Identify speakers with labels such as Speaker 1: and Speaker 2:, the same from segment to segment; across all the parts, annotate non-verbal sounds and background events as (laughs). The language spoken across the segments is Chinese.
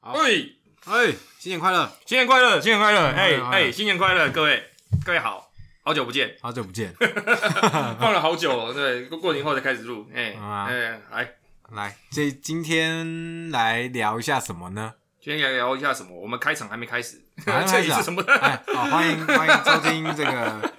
Speaker 1: 好
Speaker 2: 喂，
Speaker 1: 哎，新年快乐！
Speaker 2: 新年快乐，新年快乐！哎
Speaker 1: 哎哎
Speaker 2: 哎，新年快乐，各位各位好，好久不
Speaker 1: (laughs)
Speaker 2: 见，
Speaker 1: 好久不见，
Speaker 2: 放了好久哦，对，过过年后才开始录，哎
Speaker 1: 啊
Speaker 2: 哎，来，
Speaker 1: 来，这今天来聊一下什么呢？
Speaker 2: 今天来聊一下什么？我们开场还没开始，
Speaker 1: 还没
Speaker 2: (laughs) 这
Speaker 1: 开
Speaker 2: 里
Speaker 1: 始啊
Speaker 2: 是什么？
Speaker 1: 哎，好、欢迎欢迎收听这个，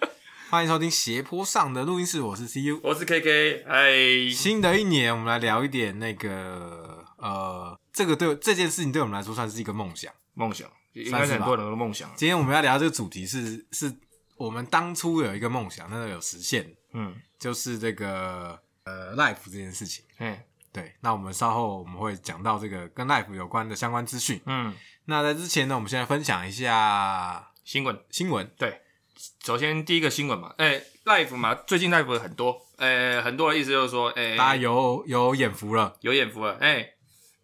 Speaker 1: 欢迎收听斜坡上的录音室，我是 CU。
Speaker 2: 我是 KK，哎，
Speaker 1: 新的一年，我们来聊一点那个呃，这个对这件事情对我们来说算是一个梦想。
Speaker 2: 梦想应
Speaker 1: 算
Speaker 2: 该
Speaker 1: 是
Speaker 2: 是很
Speaker 1: 吧
Speaker 2: 多人的梦想，
Speaker 1: 今天我们要聊这个主题是，是我们当初有一个梦想，那个有实现，
Speaker 2: 嗯，
Speaker 1: 就是这个呃 life 这件事情。
Speaker 2: 哎，
Speaker 1: 对，那我们稍后我们会讲到这个跟 life 有关的相关资讯。
Speaker 2: 嗯，
Speaker 1: 那在之前呢，我们先来分享一下
Speaker 2: 新闻，
Speaker 1: 新闻。
Speaker 2: 对，首先第一个新闻嘛，哎，Life 嘛，最近 Life 很多，哎，很多人意思就是说，哎，
Speaker 1: 大家有有眼福了，
Speaker 2: 有眼福了，哎、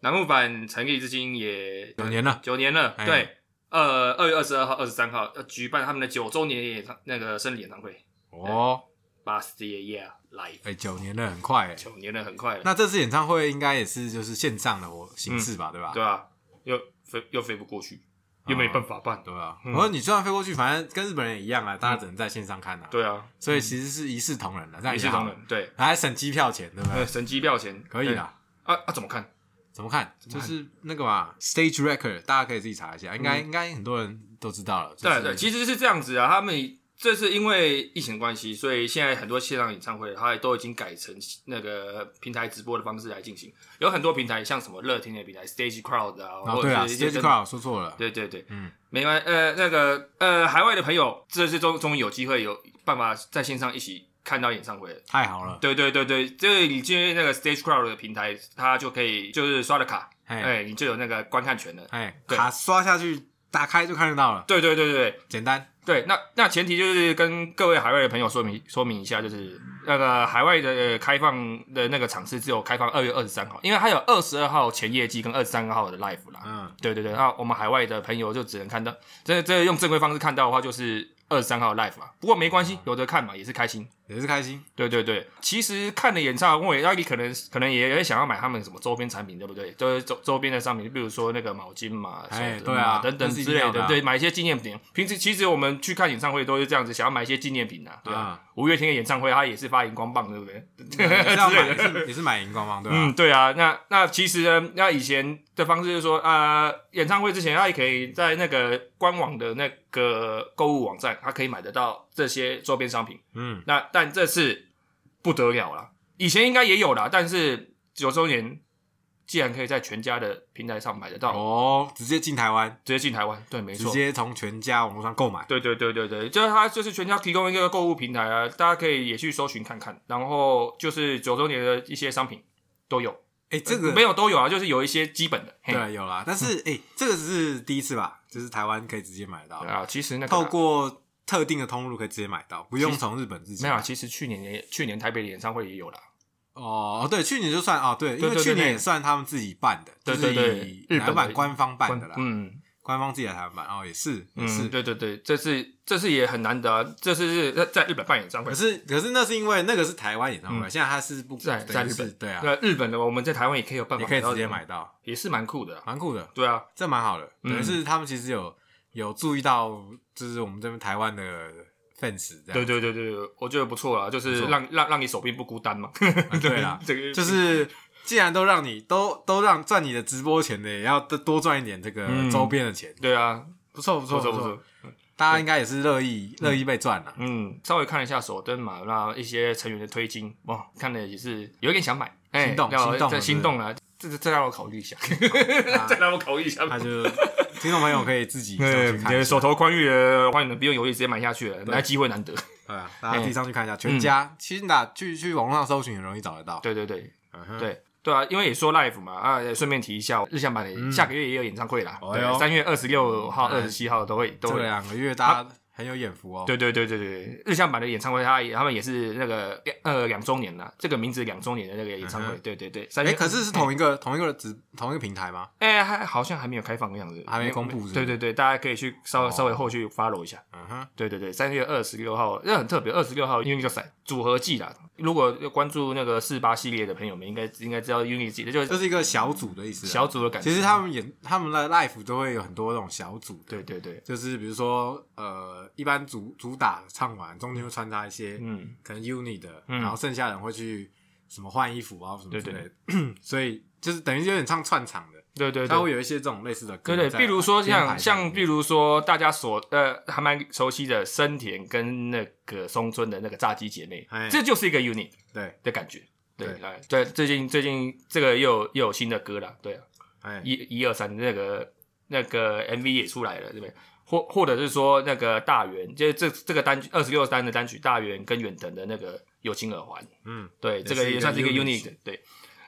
Speaker 2: 南木坂成立至今也
Speaker 1: 九年了
Speaker 2: 九年了，
Speaker 1: 哎
Speaker 2: 对，呃，二月二十二号、二十三号要举办他们的九周年演唱那个生日演唱会
Speaker 1: 哦，
Speaker 2: ，Last Year Live，
Speaker 1: 哎、九年了，很快哎。
Speaker 2: 啊 (laughs) 九年了，很快了，
Speaker 1: 那这次演唱会应该也是就是线上的我形式吧，对吧？
Speaker 2: 对啊，又飞又飞不过去，又
Speaker 1: 啊
Speaker 2: 没办法办，
Speaker 1: 对吧？我说你虽然飞过去，反正跟日本人一样啊，大家只能在线上看啊。，
Speaker 2: 对啊，
Speaker 1: 所以其实是一视同仁的，这样
Speaker 2: 一
Speaker 1: 也
Speaker 2: 视
Speaker 1: 好
Speaker 2: 同，仁，对，
Speaker 1: 还省机票钱，对不
Speaker 2: 呃，
Speaker 1: 对？
Speaker 2: 神机票钱
Speaker 1: 可以，啦。
Speaker 2: 哎啊啊，怎么看？
Speaker 1: 怎么看？就是那个嘛，Stage Record，大家可以自己查一下，应该应该很多人都知道了。
Speaker 2: 嗯
Speaker 1: 就
Speaker 2: 对
Speaker 1: 是
Speaker 2: 对，其实是这样子啊，他们这是因为疫情的关系，所以现在很多线上演唱会，它都已经改成那个平台直播的方式来进行。有很多平台，像什么乐天的平台、Stage Crowd 啊，
Speaker 1: 哦
Speaker 2: 或
Speaker 1: 对啊
Speaker 2: 者是一些
Speaker 1: ，Stage
Speaker 2: 跟
Speaker 1: Crowd 说错了，
Speaker 2: 对对对，
Speaker 1: 嗯，
Speaker 2: 没关呃那个呃海外的朋友，这次终终于有机会有办法在线上一起看到演唱会了。
Speaker 1: 太好了，
Speaker 2: 对对对对，这你进入那个 Stage Crowd 的平台，它就可以就是刷了卡，哎、
Speaker 1: 哎
Speaker 2: 你就有那个观看权了。
Speaker 1: 哎，
Speaker 2: 对
Speaker 1: 卡刷下去，打开就看得到了，
Speaker 2: 对对对对，
Speaker 1: 简单。
Speaker 2: 对，那那前提就是跟各位海外的朋友说明说明一下，就是那个海外的呃开放的那个场次只有开放二月二十三号，因为它有二十二号前夜机跟二十三号的 live 啦。
Speaker 1: 嗯，
Speaker 2: 对对对，那我们海外的朋友就只能看到，这这用正规方式看到的话，就是二十三号的 live 嘛。不过没关系，
Speaker 1: 嗯
Speaker 2: 有的看嘛，也是开心。
Speaker 1: 也是开心。
Speaker 2: 对对对，其实看了演唱会，那你可能可能也也想要买他们什么周边产品，对不对？就是周周边的商品，比如说那个毛巾嘛、手
Speaker 1: 哎
Speaker 2: 灯
Speaker 1: 对
Speaker 2: 嘛、
Speaker 1: 啊
Speaker 2: 等等
Speaker 1: 那是一
Speaker 2: 之
Speaker 1: 定
Speaker 2: 类
Speaker 1: 要的啊
Speaker 2: 对，买一些纪念品。平时其实我们去看演唱会都是这样子，想要买一些纪念品啊。对啊 (laughs)
Speaker 1: 啊，
Speaker 2: 五月天的演唱会他也是发荧光棒，对不对？
Speaker 1: 也是要买，
Speaker 2: 之类
Speaker 1: 也
Speaker 2: 的
Speaker 1: 是也是买荧光棒，对吧？
Speaker 2: 嗯，对啊，那那其实呢，那以前的方式就是说，呃，演唱会之前，他也可以在那个官网的那个购物网站，他可以买得到这些周边商品。
Speaker 1: 嗯，
Speaker 2: 那但这次不得了了，以前应该也有啦，但是九周年既然可以在全家的平台上买得到，
Speaker 1: 哦，直接进台湾，
Speaker 2: 直接进台湾，对，没
Speaker 1: 直
Speaker 2: 错。
Speaker 1: 接从全家网络上购买。
Speaker 2: 对对对对对，就是它就是全家提供一个购物平台啊，大家可以也去搜寻看看。然后就是九周年的一些商品都有，
Speaker 1: 哎，这个
Speaker 2: 没有都有啊，就是有一些基本的。嘿嗯
Speaker 1: 对有啦，但是哎，这个只是第一次吧，就是台湾可以直接买到，
Speaker 2: 啊，其实那个啊
Speaker 1: 透过特定的通路可以直接买到，不用从日本自己
Speaker 2: 没
Speaker 1: 买。
Speaker 2: 有啊，其实去年也去年台北的演唱会也有啦。
Speaker 1: 哦，对，去年就算哦，对，因
Speaker 2: 对
Speaker 1: 为
Speaker 2: 对
Speaker 1: 去
Speaker 2: 对
Speaker 1: 年也算他们自己办的，
Speaker 2: 对对
Speaker 1: 就是
Speaker 2: 对
Speaker 1: 以
Speaker 2: 日本的
Speaker 1: 台版官方办的啦，
Speaker 2: 嗯，
Speaker 1: 官方自己来台湾办，哦，也是也
Speaker 2: 嗯，
Speaker 1: 是。
Speaker 2: 对对对，这次这次也很难得啊，这次是在在日本办演唱会
Speaker 1: 可，是可是那是因为那个是台湾演唱会，嗯现在他是不
Speaker 2: 在
Speaker 1: 等于
Speaker 2: 在日
Speaker 1: 是
Speaker 2: 本
Speaker 1: 对啊，
Speaker 2: 那日本的我们在台湾也可以有办法，
Speaker 1: 你可以直接，买到，
Speaker 2: 也是蛮酷的啦。
Speaker 1: 蛮酷的，
Speaker 2: 对啊，
Speaker 1: 这蛮好的。
Speaker 2: 嗯
Speaker 1: 等于是他们其实有有注意到，就是我们这边台湾的 fans 这样，
Speaker 2: 对对对对，我觉得不错啦，就是
Speaker 1: 不错啊
Speaker 2: 让让让你手臂不孤单嘛。
Speaker 1: 对啦
Speaker 2: (laughs) 这个
Speaker 1: 就是既然都让你都都让赚你的直播钱的，也要多多赚一点这
Speaker 2: 嗯
Speaker 1: 个周边的钱，
Speaker 2: 对啊，
Speaker 1: 不错不
Speaker 2: 不
Speaker 1: 错
Speaker 2: 错
Speaker 1: 不
Speaker 2: 不
Speaker 1: 错
Speaker 2: 错，，
Speaker 1: 大家应该也是乐意乐意被赚啊啦。
Speaker 2: 嗯，稍微看了一下手灯嘛，那一些成员的推金，哇，看了也是有点想买，哎
Speaker 1: 心动
Speaker 2: 那我
Speaker 1: 心动
Speaker 2: 再
Speaker 1: 了
Speaker 2: 心动了，这这再让我考虑一下，(laughs)
Speaker 1: 那
Speaker 2: 再让我考虑一下吧
Speaker 1: 那。就听众朋友可以自己 (laughs) 上
Speaker 2: 对，
Speaker 1: 去
Speaker 2: 你
Speaker 1: 看一
Speaker 2: 的
Speaker 1: 下，
Speaker 2: 手头宽裕的话，你们不用犹豫，直接买下去了，那机会
Speaker 1: (laughs)
Speaker 2: 难得。
Speaker 1: 对啊，大家自己上去看一下。全家其实你打去去网络上搜寻，很容易找得到。
Speaker 2: 对对对，
Speaker 1: 嗯哼，
Speaker 2: 对对啊，因为也说 live 嘛啊，也顺便提一下，日向版的下个月也有演唱会啦，
Speaker 1: 嗯哦
Speaker 2: 对，
Speaker 1: 哟
Speaker 2: 三月二十六号、二
Speaker 1: 嗯
Speaker 2: 十七号都会都
Speaker 1: 这
Speaker 2: 会。
Speaker 1: 两个月大家很有眼福哦。
Speaker 2: 对对对对对，日向版的演唱会，他也他们也是那个呃两周年啦，这个名字两周年的那个演唱会，
Speaker 1: 嗯哼
Speaker 2: 对对对，三月
Speaker 1: 哎，可是是同一个同一个直同一个平台吗？
Speaker 2: 哎还好像还没有开放的样子，
Speaker 1: 还没公布是不是
Speaker 2: 对对对，大家可以去稍
Speaker 1: 哦
Speaker 2: 稍微后续 follow 一下。
Speaker 1: 嗯哼，
Speaker 2: 对对对，三月二十六号，那很特别，二十六号音乐比赛组合季啦，如果要关注那个四八系列的朋友们，应该应该知道 Unity，这就
Speaker 1: 这
Speaker 2: 是
Speaker 1: 是一个小组的意思啊。
Speaker 2: 小组的感觉。
Speaker 1: 其实他们演他们的 life 都会有很多那种小组的，
Speaker 2: 对对对，
Speaker 1: 就是比如说呃，一般主主打唱完，中间会穿插一些
Speaker 2: 嗯，
Speaker 1: 可能 uni 的，
Speaker 2: 嗯
Speaker 1: 然后剩下人会去什么换衣服啊什么
Speaker 2: 对
Speaker 1: 之
Speaker 2: 对
Speaker 1: 类的， (clears throat) 所以就是等于有点唱串场的，
Speaker 2: 对对对
Speaker 1: 它。会有一些这种类似的歌
Speaker 2: 对
Speaker 1: 在
Speaker 2: 对，
Speaker 1: 编排上面。
Speaker 2: 比如说像像，比如说大家所呃还蛮熟悉的森田跟那个松村的那个炸鸡姐妹
Speaker 1: 哎，
Speaker 2: 这就是一个 unit
Speaker 1: 对，
Speaker 2: 的感觉。对
Speaker 1: 对，
Speaker 2: 来，对，最近最近这个又有又有新的歌了，对啊，
Speaker 1: 哎，
Speaker 2: 一一二三那个那个 MV 也出来了，对不对？或或者是说那个大圆，就是这这个单曲二十六单的单曲，大圆跟远藤的那个友情耳环，
Speaker 1: 嗯，
Speaker 2: 对，
Speaker 1: 也
Speaker 2: 这个
Speaker 1: 是一
Speaker 2: 也
Speaker 1: 个
Speaker 2: 算是一个
Speaker 1: unique
Speaker 2: unique 的对。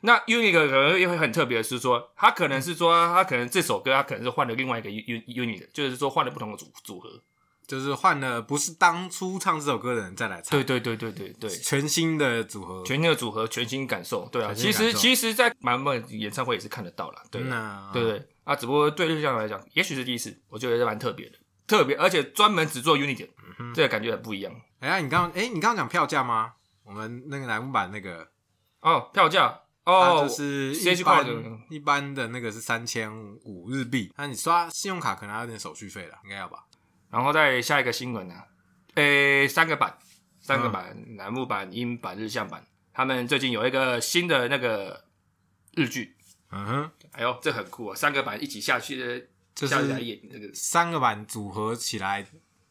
Speaker 2: 那 unique 可能也会很特别的是说，他可能是说他可能这首歌他可能是换了另外一个 un unique，就是说换了不同的组组合。
Speaker 1: 就是换了不是当初唱这首歌的人再来唱，
Speaker 2: 对对对对对对，
Speaker 1: 全新的组合，
Speaker 2: 全新的组合，全新感受，对啊。
Speaker 1: 全
Speaker 2: 其
Speaker 1: 新感
Speaker 2: 实
Speaker 1: 受嗯
Speaker 2: 其实，在满满演唱会也是看得到了，对啊
Speaker 1: 那
Speaker 2: 对不对？啊，只不过对日向来讲，也许是第一次，我觉得是蛮特别的，特别而且专门只做 Unity，、这个
Speaker 1: 嗯
Speaker 2: 感觉很不一样
Speaker 1: 哎呀，你刚哎，你刚刚讲票价吗？我们那个栏目版那个，
Speaker 2: 哦。票价
Speaker 1: 它
Speaker 2: 哦，
Speaker 1: 啊就是
Speaker 2: 谁
Speaker 1: 一
Speaker 2: 去跨
Speaker 1: 般
Speaker 2: 的？
Speaker 1: 一般的那个是三千五日币，那你刷信用卡可能还有点手续费了，应该要吧？
Speaker 2: 然后再下一个新闻呢、啊，诶，三个版，三个版，
Speaker 1: 嗯
Speaker 2: 栏目版、英版、日向版，他们最近有一个新的那个日剧，
Speaker 1: 嗯哼，
Speaker 2: 哎呦，这很酷啊！三个版一起下去，
Speaker 1: 就
Speaker 2: 下去来
Speaker 1: 是
Speaker 2: 演那个。
Speaker 1: 三个版组合起来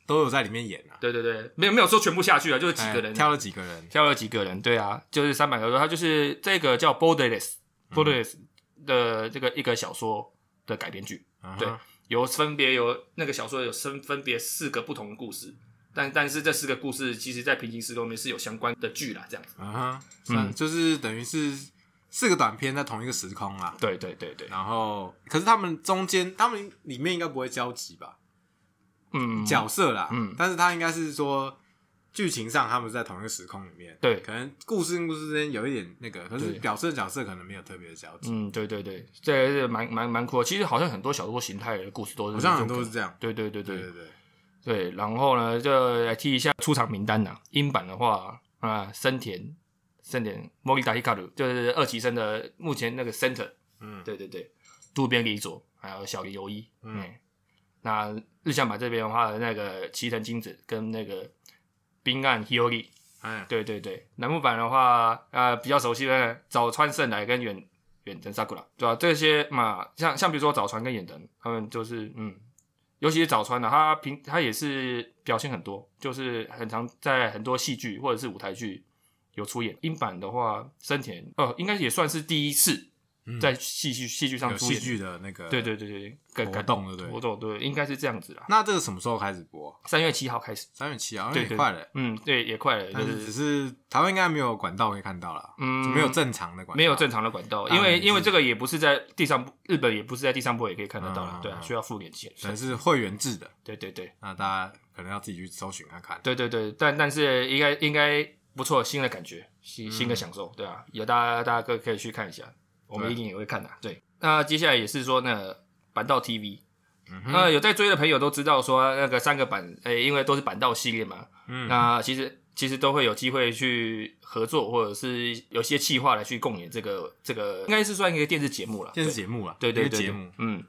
Speaker 1: 都有在里面演啊，
Speaker 2: 对对对，没有没有说全部下去了，啊就是几
Speaker 1: 哎
Speaker 2: 个人、
Speaker 1: 挑了几个人，
Speaker 2: 挑了几个人，对啊，就是三百个人，他就是这个叫 Borderless
Speaker 1: 嗯
Speaker 2: Borderless 的这个一个小说的改编剧，
Speaker 1: 嗯哼
Speaker 2: 对有分别有那个小说有分分别四个不同的故事，但但是这四个故事其实在平行时空里面是有相关的剧啦，这样子。
Speaker 1: 嗯哼，算就是等于是四个短片在同一个时空啦。
Speaker 2: 对对对对，
Speaker 1: 然后，可是他们中间，他们里面应该不会交集吧？
Speaker 2: 嗯，
Speaker 1: 角色啦，
Speaker 2: 嗯
Speaker 1: 但是他应该是说剧情上他们是在同一个时空里面，
Speaker 2: 对
Speaker 1: 可能故事跟故事之间有一点那个，可是
Speaker 2: 对
Speaker 1: 表示角色可能没有特别的交集，
Speaker 2: 嗯，对对对，这是蛮蛮蛮酷的。其实好像很多小说形态的故事都是
Speaker 1: 好像很
Speaker 2: 这
Speaker 1: 多
Speaker 2: 种
Speaker 1: 是这样，
Speaker 2: 对对对
Speaker 1: 对
Speaker 2: 嗯对
Speaker 1: 对对，
Speaker 2: 对，然后呢，就来踢一下出场名单呐、英版的话啊，森田、森田、莫里达伊卡鲁，就是二期生的目前那个 center。
Speaker 1: 嗯，
Speaker 2: 对对对，渡边理佐还有小林由一。
Speaker 1: 嗯
Speaker 2: 嗯，那日向版这边的话，那个齐藤金子跟那个冰岸 Hiyori。
Speaker 1: 哎，
Speaker 2: 对对对，楠木版的话，呃，比较熟悉的早川胜来跟远远藤萨古拉，对吧、这些嘛，像像比如说早川跟远藤，他们就是嗯，尤其是早川的、啊他平他也是表现很多，就是很常在很多戏剧或者是舞台剧有出演。英版的话，森田呃，应该也算是第一次
Speaker 1: 嗯
Speaker 2: 在戏剧戏剧上
Speaker 1: 有
Speaker 2: 出
Speaker 1: 戏
Speaker 2: 演。
Speaker 1: 剧的那个
Speaker 2: 对对对对，感
Speaker 1: 活动，对不
Speaker 2: 活
Speaker 1: 对？
Speaker 2: 动对，应该是这样子啦。
Speaker 1: 那这个什么时候开始播？
Speaker 2: 三月七号开始，
Speaker 1: 三月七啊，有
Speaker 2: 对
Speaker 1: 点
Speaker 2: 对，
Speaker 1: 快了，
Speaker 2: 嗯，对，也快了，就
Speaker 1: 但是只
Speaker 2: 是
Speaker 1: 是台湾应该没有管道可以看到了，
Speaker 2: 嗯，
Speaker 1: 没有正常的管道，
Speaker 2: 没有正常的管道，
Speaker 1: 当然
Speaker 2: 因为
Speaker 1: 是
Speaker 2: 因为这个也不是在地上部，日本也不是在地上部也可以看得到
Speaker 1: 嗯
Speaker 2: 了
Speaker 1: 嗯，
Speaker 2: 对啊，
Speaker 1: 嗯
Speaker 2: 需要付点钱。
Speaker 1: 可能是会员制的，
Speaker 2: 对对对
Speaker 1: 那大家可能要自己去搜寻看看。
Speaker 2: 对对对，但但是应该应该不错，新的感觉，新
Speaker 1: 嗯
Speaker 2: 新的享受，对啊，有大家大家可以可以去看一下，我们
Speaker 1: 对
Speaker 2: 一定也会看的。对，那接下来也是说那板道 TV，
Speaker 1: 嗯哼
Speaker 2: 那有在追的朋友都知道说那个三个板，诶，因为都是板道系列嘛，
Speaker 1: 嗯
Speaker 2: 那其实其实都会有机会去合作，或者是有些企划来去共演这个这个，应该是算一个电视节目了，
Speaker 1: 电视
Speaker 2: 对
Speaker 1: 节目啊了，
Speaker 2: 对
Speaker 1: 一
Speaker 2: 对
Speaker 1: 个
Speaker 2: 对，
Speaker 1: 节
Speaker 2: 对
Speaker 1: 目，，
Speaker 2: 嗯，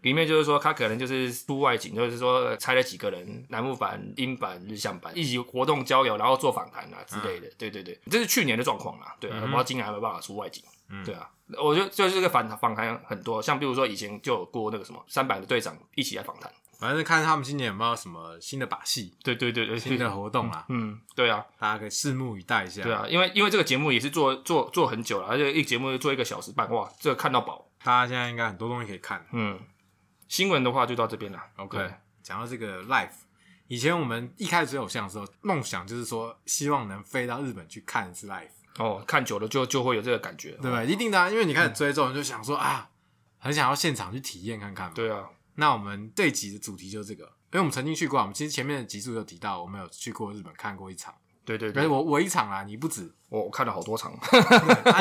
Speaker 2: 里面就是说他可能就是出外景，就是说呃拆了几个人，楠木版、英版、日向版一起活动交流，然后做访谈啊之类的，对对对，这是去年的状况啦，对啊，
Speaker 1: 嗯嗯哼
Speaker 2: 我不知道今年还有没有办法出外景，
Speaker 1: 嗯
Speaker 2: 对啊。我就就是这个访访谈很多，像比如说以前就有过那个什么三版的队长一起来访谈，
Speaker 1: 反正看他们今年有没有什么新的把戏、
Speaker 2: 对对对对，
Speaker 1: 新的活动啦，
Speaker 2: 嗯，对啊，
Speaker 1: 大家可以拭目以待一下。
Speaker 2: 对，啊，因为因为这个节目也是做做做很久了，而且一节目就做一个小时半，哇，这个看到饱。
Speaker 1: 大家现在应该很多东西可以看。
Speaker 2: 嗯，新闻的话就到这边了。
Speaker 1: OK，
Speaker 2: 对
Speaker 1: 讲到这个 life，以前我们一开始追偶像的时候，梦想就是说希望能飞到日本去看一次 life，
Speaker 2: 哦，看久了就就会有这个感觉，哦
Speaker 1: 对不对？一定的、啊，因为你开始追之后，你就想说啊，很想要现场去体验看看嘛。，
Speaker 2: 嗯对啊，
Speaker 1: 那我们这一集的主题就是这个，因为我们曾经去过啊，我们其实前面的集数有提到，我们有去过日本看过一场，
Speaker 2: 对对
Speaker 1: 可
Speaker 2: 对，
Speaker 1: 是
Speaker 2: 我
Speaker 1: 我我一场啊，你不
Speaker 2: (laughs)
Speaker 1: 止，
Speaker 2: 我看了好
Speaker 1: (laughs)
Speaker 2: 多场，
Speaker 1: 啊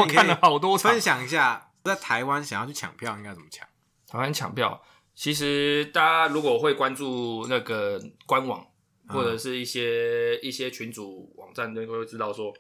Speaker 2: 我
Speaker 1: 你可以
Speaker 2: 看了好多场
Speaker 1: 分，享一下在台湾想要去抢票应该怎么抢。
Speaker 2: 台湾抢票。其实大家如果会关注那个
Speaker 1: 嗯
Speaker 2: 官网或者是一些、一些群组网站，都会知道说，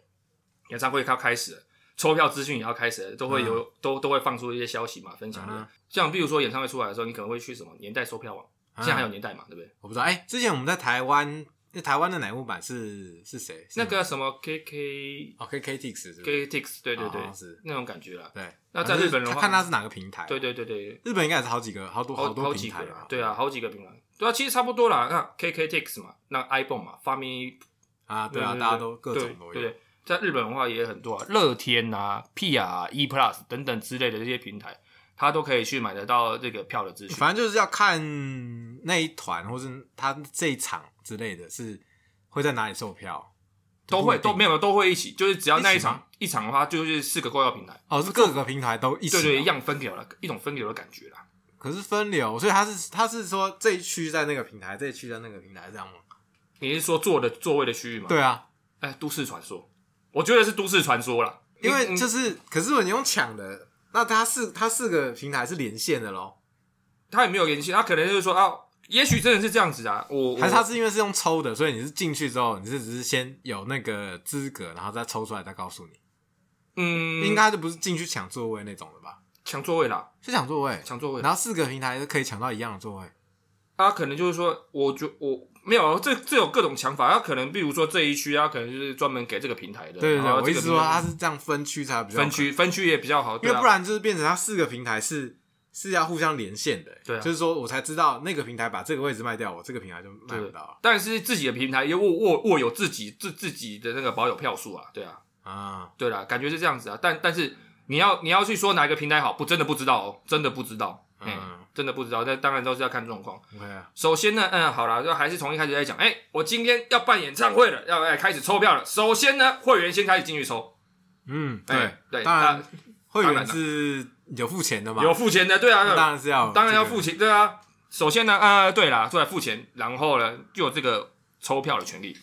Speaker 2: 演唱会要开始了，抽票资讯也要开始了，都会有、都都会放出一些消息嘛，分享的。
Speaker 1: 嗯
Speaker 2: 像比如说演唱会出来的时候，你可能会去什么年代售票网，现在还有年代嘛，对不对？
Speaker 1: 啊我不知道，哎、之前我们在台湾，那台湾的哪一部版是是谁？是
Speaker 2: 那个什么 KK
Speaker 1: 哦，K K T X 是不是？
Speaker 2: K Tix，对对对
Speaker 1: 好像，哦是
Speaker 2: 那种感觉啦。
Speaker 1: 对。
Speaker 2: 那在日本的
Speaker 1: 他
Speaker 2: 话
Speaker 1: 看他是哪个平台？啊
Speaker 2: 对，对对对，
Speaker 1: 日本应该也是好几个，好多
Speaker 2: 好
Speaker 1: 多
Speaker 2: 好
Speaker 1: 平
Speaker 2: 几个
Speaker 1: 台
Speaker 2: 啦
Speaker 1: 吧？，
Speaker 2: 对啊，好几个平台，对啊，其实差不多啦。那 KKTix 嘛，那 iPhone 嘛，Fami，
Speaker 1: 啊，对啊，大家都各种都
Speaker 2: 对
Speaker 1: 有
Speaker 2: 对。在日本的话也很多啊，乐天啊、P 啊、E Plus 等等之类的这些平台，它都可以去买得到这个票的资讯。
Speaker 1: 反正就是要看那一团，或是他这一场之类的，是会在哪里售票，
Speaker 2: 都
Speaker 1: 不一
Speaker 2: 会
Speaker 1: 定
Speaker 2: 都没有都会一起，就是只要那一
Speaker 1: 一起吗
Speaker 2: 场一场的话，就是四个购票平台，
Speaker 1: 哦，是各个平台都一起啊
Speaker 2: 对对，
Speaker 1: 吗
Speaker 2: 一样分流了，一种分流的感觉啦。
Speaker 1: 可是分流，所以他是他是说这一区在那个平台，这一区在那个平台，这样吗？
Speaker 2: 你是说坐的座位的区域吗？，
Speaker 1: 对啊，
Speaker 2: 哎，都市传说，我觉得是都市传说啦，
Speaker 1: 因为
Speaker 2: 嗯
Speaker 1: 就是，可是你用抢的，那他四他四个平台是连线的喽，
Speaker 2: 他也没有联系，他可能就是说啊，也许真的是这样子啊，我
Speaker 1: 还是
Speaker 2: 我
Speaker 1: 他是因为是用抽的，所以你是进去之后，你是只是先有那个资格，然后再抽出来再告诉你，
Speaker 2: 嗯，
Speaker 1: 应该就不是进去抢座位那种的吧？
Speaker 2: 抢座位啦，
Speaker 1: 是抢座位，
Speaker 2: 抢座位。
Speaker 1: 然后四个平台都可以抢到一样的座位，
Speaker 2: 他可能就是说，我觉我没有啊这这有各种抢法，他可能比如说这一区，他可能就是专门给这个平台的，
Speaker 1: 对对对，
Speaker 2: 然后
Speaker 1: 我
Speaker 2: 这
Speaker 1: 一
Speaker 2: 个
Speaker 1: 直
Speaker 2: 平
Speaker 1: 说
Speaker 2: 台
Speaker 1: 他是哦这样分区才比较
Speaker 2: 分
Speaker 1: 可
Speaker 2: 区分区也比较好，
Speaker 1: 能，
Speaker 2: 对
Speaker 1: 因
Speaker 2: 啊
Speaker 1: 为不然就是变成他四个平台是。是要互相连线的、欸
Speaker 2: 对啊
Speaker 1: 就是说我才知道那个平台把这个位置卖掉，我这个平台就卖不
Speaker 2: 对
Speaker 1: 到了
Speaker 2: 但是自己的平台也握握握有自己自自己的那个保有票数啊，对啊，
Speaker 1: 啊。
Speaker 2: 对啦，感觉是这样子啊。但但是你要你要去说哪一个平台好，不真的不知道哦，真的不知道，
Speaker 1: 嗯
Speaker 2: 嗯，真的不知道。那当然都是要看状况。
Speaker 1: OK 啊，
Speaker 2: 首先呢，嗯，好啦，就还是从一开始在讲，哎、我今天要办演唱会了，要哎开始抽票了。首先呢，会员先开始进去抽，
Speaker 1: 嗯，对
Speaker 2: 哎，对，
Speaker 1: 当然
Speaker 2: 那
Speaker 1: 会
Speaker 2: 当然
Speaker 1: 员
Speaker 2: 了
Speaker 1: 是有付钱的嘛，
Speaker 2: 有付钱的，对啊，
Speaker 1: 那当然是要，
Speaker 2: 当然要付，钱，对啊。首先呢，啊、对啦，出来付钱，然后呢，就有这个抽票的权利。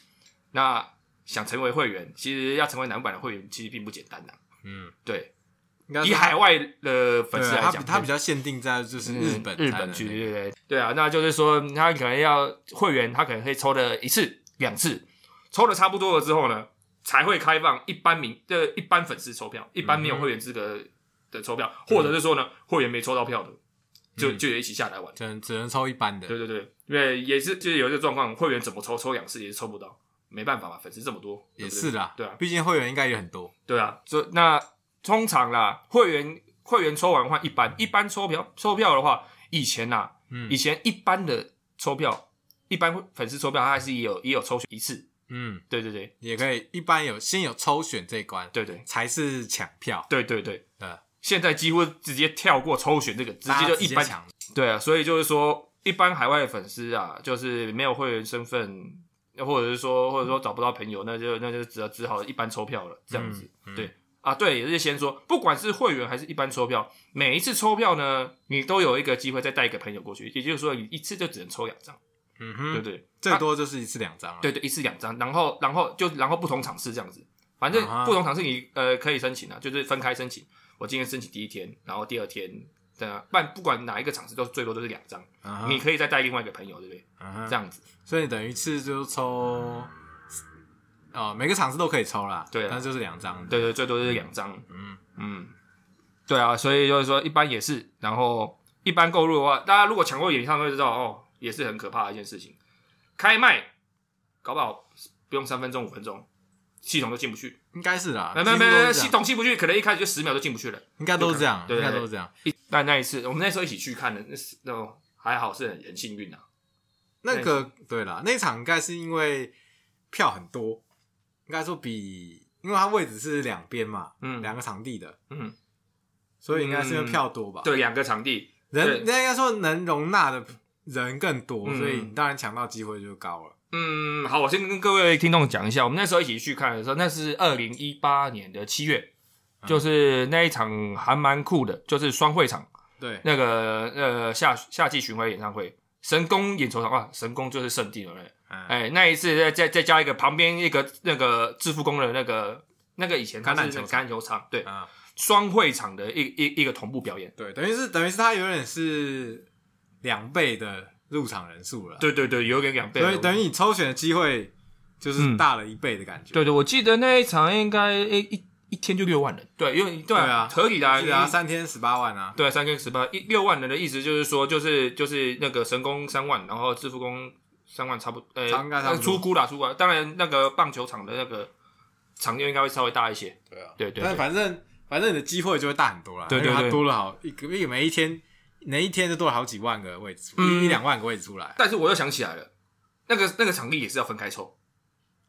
Speaker 2: 那想成为会员，其实要成为男版的会员，其实并不简单呐、
Speaker 1: 嗯，
Speaker 2: 对，
Speaker 1: 应该
Speaker 2: 以
Speaker 1: 是
Speaker 2: 海外的粉
Speaker 1: 对
Speaker 2: 丝来
Speaker 1: 啊
Speaker 2: 讲，
Speaker 1: 他他比较限定在就是日本
Speaker 2: 嗯日
Speaker 1: 才
Speaker 2: 本
Speaker 1: 能
Speaker 2: 去，
Speaker 1: 那个
Speaker 2: 对对对对啊，那就是说他可能要会员，他可能可以抽的一次、两次，抽的差不多了之后呢，才会开放一般民呃一般粉丝抽票，一般没
Speaker 1: 嗯
Speaker 2: 有会员资格的抽票，或者是说呢，会员没抽到票的，
Speaker 1: 嗯
Speaker 2: 就就也一起下来玩。
Speaker 1: 只能只能抽一般的，
Speaker 2: 对对对，因为也是就是有一个状况，会员怎么抽抽两次也是抽不到，没办法嘛，粉丝这么多，对
Speaker 1: 也
Speaker 2: 不对
Speaker 1: 是啦，
Speaker 2: 对啊
Speaker 1: 毕竟会员应该也很多，
Speaker 2: 对啊，就那通常啦，会员会员抽完换一般，一般抽票抽票的话，以前啊呐、
Speaker 1: 嗯
Speaker 2: 以前一般的抽票，一般粉丝抽票，他还是也有也有抽选一次，
Speaker 1: 嗯，
Speaker 2: 对对对
Speaker 1: 也可以一般有先有抽选这一关，
Speaker 2: 对对
Speaker 1: 才是抢票，
Speaker 2: 对对对，
Speaker 1: 对，
Speaker 2: 现在几乎直接跳过抽选这个，直
Speaker 1: 大
Speaker 2: 接
Speaker 1: 家
Speaker 2: 就
Speaker 1: 直
Speaker 2: 一般
Speaker 1: 抢，
Speaker 2: 对啊，所以就是说，一般海外的粉丝啊，就是没有会员身份，或者是说，或者说找不到朋友，那就那就只只好一般抽票了，这样子。
Speaker 1: 嗯嗯
Speaker 2: 对啊，对，也是先说，不管是会员还是一般抽票，每一次抽票呢，你都有一个机会再带一个朋友过去，也就是说，你一次就只能抽两张，
Speaker 1: 嗯
Speaker 2: 对
Speaker 1: 哼，
Speaker 2: 不对？
Speaker 1: 最多就是一次两张啊，
Speaker 2: 对对，一次两张，然后然后就然后不同场次这样子，反正
Speaker 1: 啊哈
Speaker 2: 不同场次你呃可以申请啊，就是分开申请。我今天申请第一天，然后第二天，对啊，不然不管哪一个场次都是最多都是两张。
Speaker 1: 嗯哼，
Speaker 2: 你可以再带另外一个朋友，对不对？
Speaker 1: 嗯哼
Speaker 2: 这样子，
Speaker 1: 所以你等于一次就抽，哦，每个场次都可以抽啦，
Speaker 2: 对啊
Speaker 1: 但是就是两张，
Speaker 2: 对对，最多就是两张。
Speaker 1: 嗯
Speaker 2: 嗯，对啊，所以就是说一般也是，然后一般购入的话，大家如果抢过演唱会知道哦，也是很可怕的一件事情。开卖，搞不好不用三分钟五分钟，系统就进不去。
Speaker 1: 应该是啦，
Speaker 2: 没没
Speaker 1: 啊几乎都是这
Speaker 2: 没，
Speaker 1: 样
Speaker 2: 系统进不去，可能一开始就十秒就进不去了。
Speaker 1: 应该都是这样，
Speaker 2: 对对
Speaker 1: 应
Speaker 2: 对
Speaker 1: 该都是这样。
Speaker 2: 一那那一次，我们那时候一起去看的，那是那种还好是很很幸运啊。
Speaker 1: 那个对啦，那场应该是因为票很多，应该说比，因为它位置是两边嘛，
Speaker 2: 嗯
Speaker 1: 两个场地的，
Speaker 2: 嗯，
Speaker 1: 所以应该是因为票多吧？，
Speaker 2: 对，两个场地，
Speaker 1: 人
Speaker 2: 对
Speaker 1: 那应该说能容纳的人更多，
Speaker 2: 嗯
Speaker 1: 所以你当然抢到机会就高了。
Speaker 2: 嗯，好，我先跟各位听众讲一下，我们那时候一起去看的时候，那是二零一八年的七月，
Speaker 1: 嗯
Speaker 2: 就是那一场还蛮酷的，就是双会场
Speaker 1: 对，
Speaker 2: 那个呃夏夏季巡回演唱会，神宫演球场啊，神宫就是圣地了嘞。
Speaker 1: 哎，
Speaker 2: 哎，那一次再再再加一个旁边一个那个致富宫的那个那个以前它
Speaker 1: 橄榄
Speaker 2: 是
Speaker 1: 球场
Speaker 2: 橄榄球场，对，
Speaker 1: 啊，
Speaker 2: 双会场的一一一个同步表演。
Speaker 1: 对，等于是等于是它有点是两倍的入场人数了，，
Speaker 2: 对对对，有点两倍了。
Speaker 1: 所以等于你抽选的机会就是大了一倍的感觉。
Speaker 2: 嗯对对，我记得那一场应该一一一天就六万人，对，因为对
Speaker 1: 对啊
Speaker 2: 合理的、啊，
Speaker 1: 是啊，三天十八万啊，
Speaker 2: 对，三跟十八一六万人的意思就是说，就是就是那个神功三万，然后致富功三万，差不呃，
Speaker 1: 差应该差不多
Speaker 2: 出估啦，出估啦。当然，那个棒球场的那个场地应该会稍微大一些。
Speaker 1: 对啊，
Speaker 2: 对对
Speaker 1: 但
Speaker 2: 对
Speaker 1: 反正反正你的机会就会大很多啦，
Speaker 2: 对对
Speaker 1: 因为
Speaker 2: 对
Speaker 1: 它多了好一个，因为每一天每一天就多了好几万个位置出，
Speaker 2: 嗯
Speaker 1: 一一两万个位置出来。
Speaker 2: 但是我又想起来了，那个那个场地也是要分开抽，